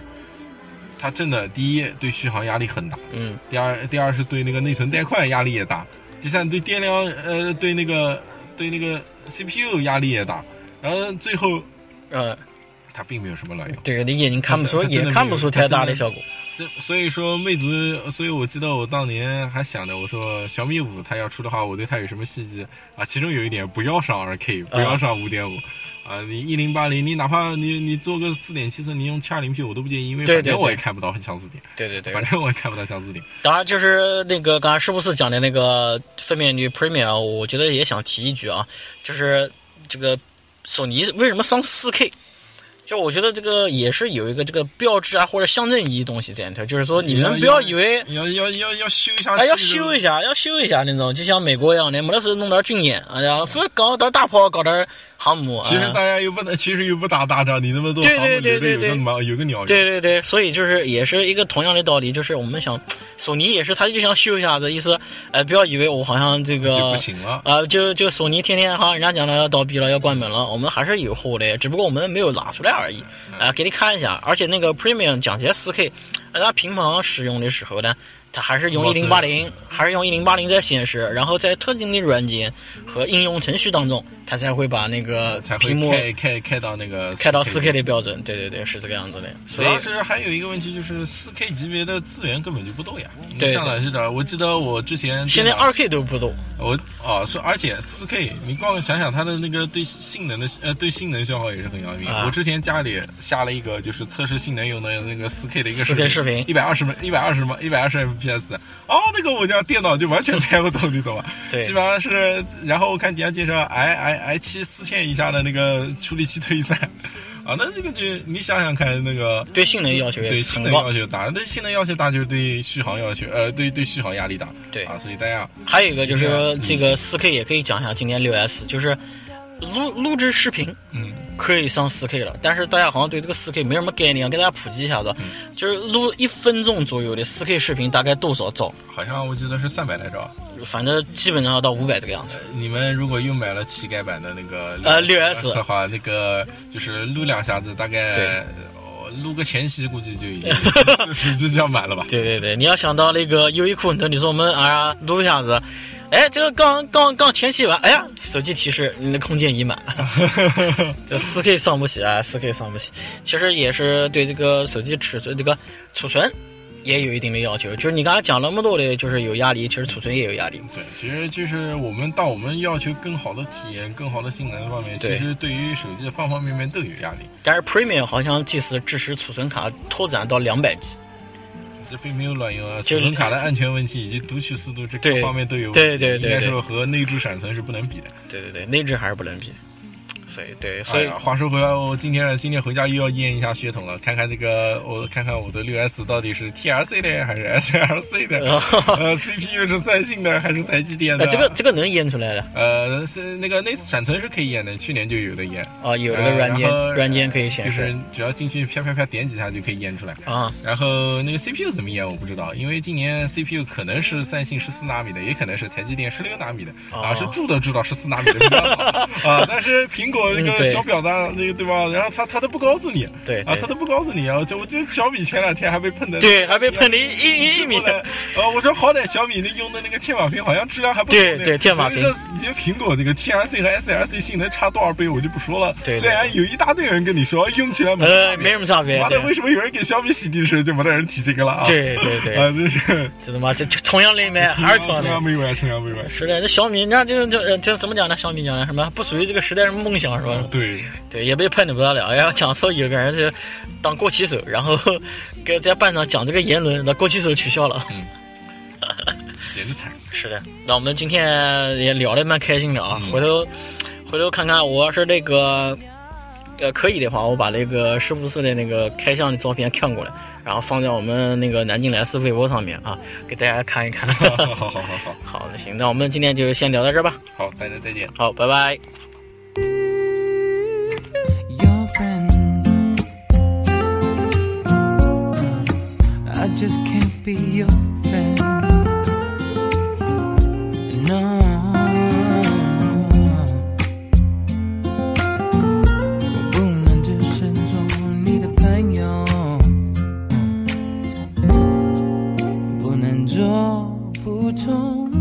Speaker 2: 它真的第一对续航压力很大，
Speaker 1: 嗯，
Speaker 2: 第二第二是对那个内存带宽压力也大，第三对电量呃对那个对那个 CPU 压力也大，然后最后
Speaker 1: 呃，
Speaker 2: 它并没有什么卵用。
Speaker 1: 对，你眼睛看不出，
Speaker 2: 它啊真的
Speaker 1: 也看不出太大的效果。
Speaker 2: 这所以说魅族，所以我记得我当年还想着我说小米五它要出的话，我对它有什么希冀啊？其中有一点不要上
Speaker 1: 啊
Speaker 2: 2K，不要上五点五。啊，你一零八零，你哪怕你你做个四点七寸，你用七二零 P 我都不介意，因为
Speaker 1: 对
Speaker 2: 反
Speaker 1: 对
Speaker 2: 正我
Speaker 1: 对
Speaker 2: 也看不到像素点，
Speaker 1: 对对对
Speaker 2: 反，正我也看不到像素点。
Speaker 1: 当然就是那个刚才是不是讲的那个分辨率 Premium，我觉得也想提一句啊，就是这个索尼为什么上4 K？就我觉得这个也是有一个这个标志啊或者象征意义东西在里头，就是说你们不要以为
Speaker 2: 要要要要修一下，
Speaker 1: 哎，要修一下，要修一下那种，就像美国一样的，没得事弄点军演，哎呀，非搞点大炮，搞点航母。
Speaker 2: 其实
Speaker 1: 哎
Speaker 2: 大家又不能，其实又不打大仗，你那么多
Speaker 1: 对
Speaker 2: 航母
Speaker 1: 对对
Speaker 2: 留着有
Speaker 1: 对对
Speaker 2: 个毛有个鸟用。
Speaker 1: 对对对，所以就是也是一个同样的道理，就是我们想，索尼也是，他就想秀一下子，意思，呃，不要以为我好像这
Speaker 2: 就
Speaker 1: 个
Speaker 2: 不，行了。
Speaker 1: 啊、就就索尼天天好像人家讲的要倒闭了，要关门了，我们还是有货的，只不过我们没有拿出来而已，
Speaker 2: 嗯
Speaker 1: 啊、给你看一下，而且那个 Premium 讲解4 K，呃，它平常使用的时候呢。它还是用
Speaker 2: 貌
Speaker 1: 一
Speaker 2: 似
Speaker 1: 零八零，还是用一零八零在显示，然后在特定的软件和应用程序当中，它才会把那个
Speaker 2: 才会
Speaker 1: 屏幕
Speaker 2: 开开开到那个
Speaker 1: 开到
Speaker 2: 4
Speaker 1: 4
Speaker 2: K
Speaker 1: K 的标准。对对对，是这个样子的。
Speaker 2: 主
Speaker 1: 所以
Speaker 2: 要是还有一个问题就是四 K 级别的资源根本就不够呀。
Speaker 1: 对
Speaker 2: 你上哪去找？我记得我之前
Speaker 1: 现在
Speaker 2: 电脑
Speaker 1: 二 K 都不懂，
Speaker 2: 我哦是，而且四 K，你光想想它的那个对性能的呃对性能消耗也是很要命。
Speaker 1: 啊
Speaker 2: 我之前家里下了一个就是测试性能用的那个四 K 的一个
Speaker 1: 4K
Speaker 2: 视
Speaker 1: 视频
Speaker 2: 一百二十一百二十一百二十 FPS，哦，那个我家电脑就完全抬不动，你懂吧？
Speaker 1: 对
Speaker 2: 基本上是，然后我看底下介绍 i i i 七四千以下的那个处理器推算。啊，那这个就你想想看，那个
Speaker 1: 对性能要求也
Speaker 2: 对性
Speaker 1: 很
Speaker 2: 能
Speaker 1: 高
Speaker 2: 要求大，对性能要求大就是对续航要求，呃，对对续航压力大，
Speaker 1: 对
Speaker 2: 啊，所以大家
Speaker 1: 还有一个就是
Speaker 2: 嗯
Speaker 1: 这个4 K 也可以讲一下今年6 S，就是录录制视频
Speaker 2: 嗯。
Speaker 1: 可以上4 K 了，但是大家好像对这个4 K 没什么概念，给大家普及一下子，
Speaker 2: 嗯
Speaker 1: 就是录一分钟左右的4 K 视频大概多少兆？
Speaker 2: 好像我记得是三百来兆。
Speaker 1: 反正基本上要到五百这个样子。
Speaker 2: 你们如果又买了乞丐版的那个
Speaker 1: 呃 6S
Speaker 2: 的话，那个就是撸两下子，大
Speaker 1: 对
Speaker 2: 概哦撸个前夕，估计就 已经是就要满了吧。
Speaker 1: 对对对，你要想到那个优衣库里头，你说我们啊录一下子，哎，这个刚刚刚前期完，哎呀，手机提示你的空间已满， 这4哎 K 上不起啊，4 K 上不起，其实也是对这个手机尺寸这个储存也有一定的要求。就是你刚才讲了那么多的，就是有压力，其实储存也有压力。
Speaker 2: 对，其实就是我们当我们要求更好的体验、更好的性能方面，其
Speaker 1: 对
Speaker 2: 实对于手机的方方面面都有压力。
Speaker 1: 但是 Premium 好像这次支持储存卡拓展到两百 G。
Speaker 2: 这并没有卵用啊，储
Speaker 1: 就是
Speaker 2: 存卡的安全问题以及读取速度这各
Speaker 1: 对
Speaker 2: 方面都有问题，
Speaker 1: 对对对
Speaker 2: 应该
Speaker 1: 对
Speaker 2: 说和内置闪存是不能比的。
Speaker 1: 对对对，内置还是不能比。所以对，所
Speaker 2: 哎
Speaker 1: 以、
Speaker 2: 呀，话说回来，我今天今天回家又要验一下血统了，看看这个我看看我的六 S 到底是 TRC 的还是 SLC 的，呃，CPU 是三星的还是台积电的？
Speaker 1: 呃，这个这个能验出来的
Speaker 2: 呃是那个内存闪存是可以验的，去年就有的验。
Speaker 1: 啊，有这个软件、
Speaker 2: 呃然后
Speaker 1: 软件可以显
Speaker 2: 就
Speaker 1: 示
Speaker 2: 是只要进去啪啪啪点几下就可以验出来。
Speaker 1: 啊。
Speaker 2: 然后那个 CPU 怎么演我不知道，因为今年 CPU 可能是三星十四纳米的，也可能是台积电十六纳米的啊，
Speaker 1: 哦
Speaker 2: 是住都知道十四纳米的比较 好啊，但是苹果那
Speaker 1: 嗯
Speaker 2: 个
Speaker 1: 对
Speaker 2: 小表达那个对吧？然后他他都不告诉你，
Speaker 1: 对
Speaker 2: 啊，
Speaker 1: 对
Speaker 2: 他都不告诉你啊，就我就小米前两天还被喷的，
Speaker 1: 对，还被喷了一一一米。
Speaker 2: 后来呃，我说好歹小米那用的那个天马屏好像质量还不错。
Speaker 1: 对对天马屏
Speaker 2: 这个你这苹果这个 TRC 和 SLC 性能差多少倍，我就不说了。
Speaker 1: 对对
Speaker 2: 虽然有一大堆人跟你说哎用起来没
Speaker 1: 呃，没什么差别。
Speaker 2: 妈的，为
Speaker 1: 对
Speaker 2: 什么有人给小米洗地的时候就没得人提这个了啊？
Speaker 1: 对对
Speaker 2: 啊，
Speaker 1: 对，
Speaker 2: 这是
Speaker 1: 这他妈这这崇洋媚外， 还是 崇洋
Speaker 2: 崇
Speaker 1: 媚外
Speaker 2: 洋。媚外，崇洋媚外。
Speaker 1: 是的，这小米，人家这这这怎么讲呢？小米讲的什么不属于这个时代什么梦想是吧？
Speaker 2: 啊对，
Speaker 1: 对，也被喷的不得了。然后哎讲说有个人是当过旗手，然后 跟在班上讲这个言论，那过旗手取消了。
Speaker 2: 简直惨。
Speaker 1: 是的，那我们今天也聊的蛮开心的啊，
Speaker 2: 嗯
Speaker 1: 回头回头看看，我要是那个呃可以的话，我把那个事务室的那个开箱的照片啊看过来，然后放在我们那个南京莱斯微博上面啊，给大家看一看。
Speaker 2: 好好好好好，
Speaker 1: 好，那行，那我们今天就先聊到这儿吧。
Speaker 2: 好，大家再见。
Speaker 1: 好，拜拜。
Speaker 3: your friend. I just can't be your friend. No.我不能只是做你的朋友，不能做普通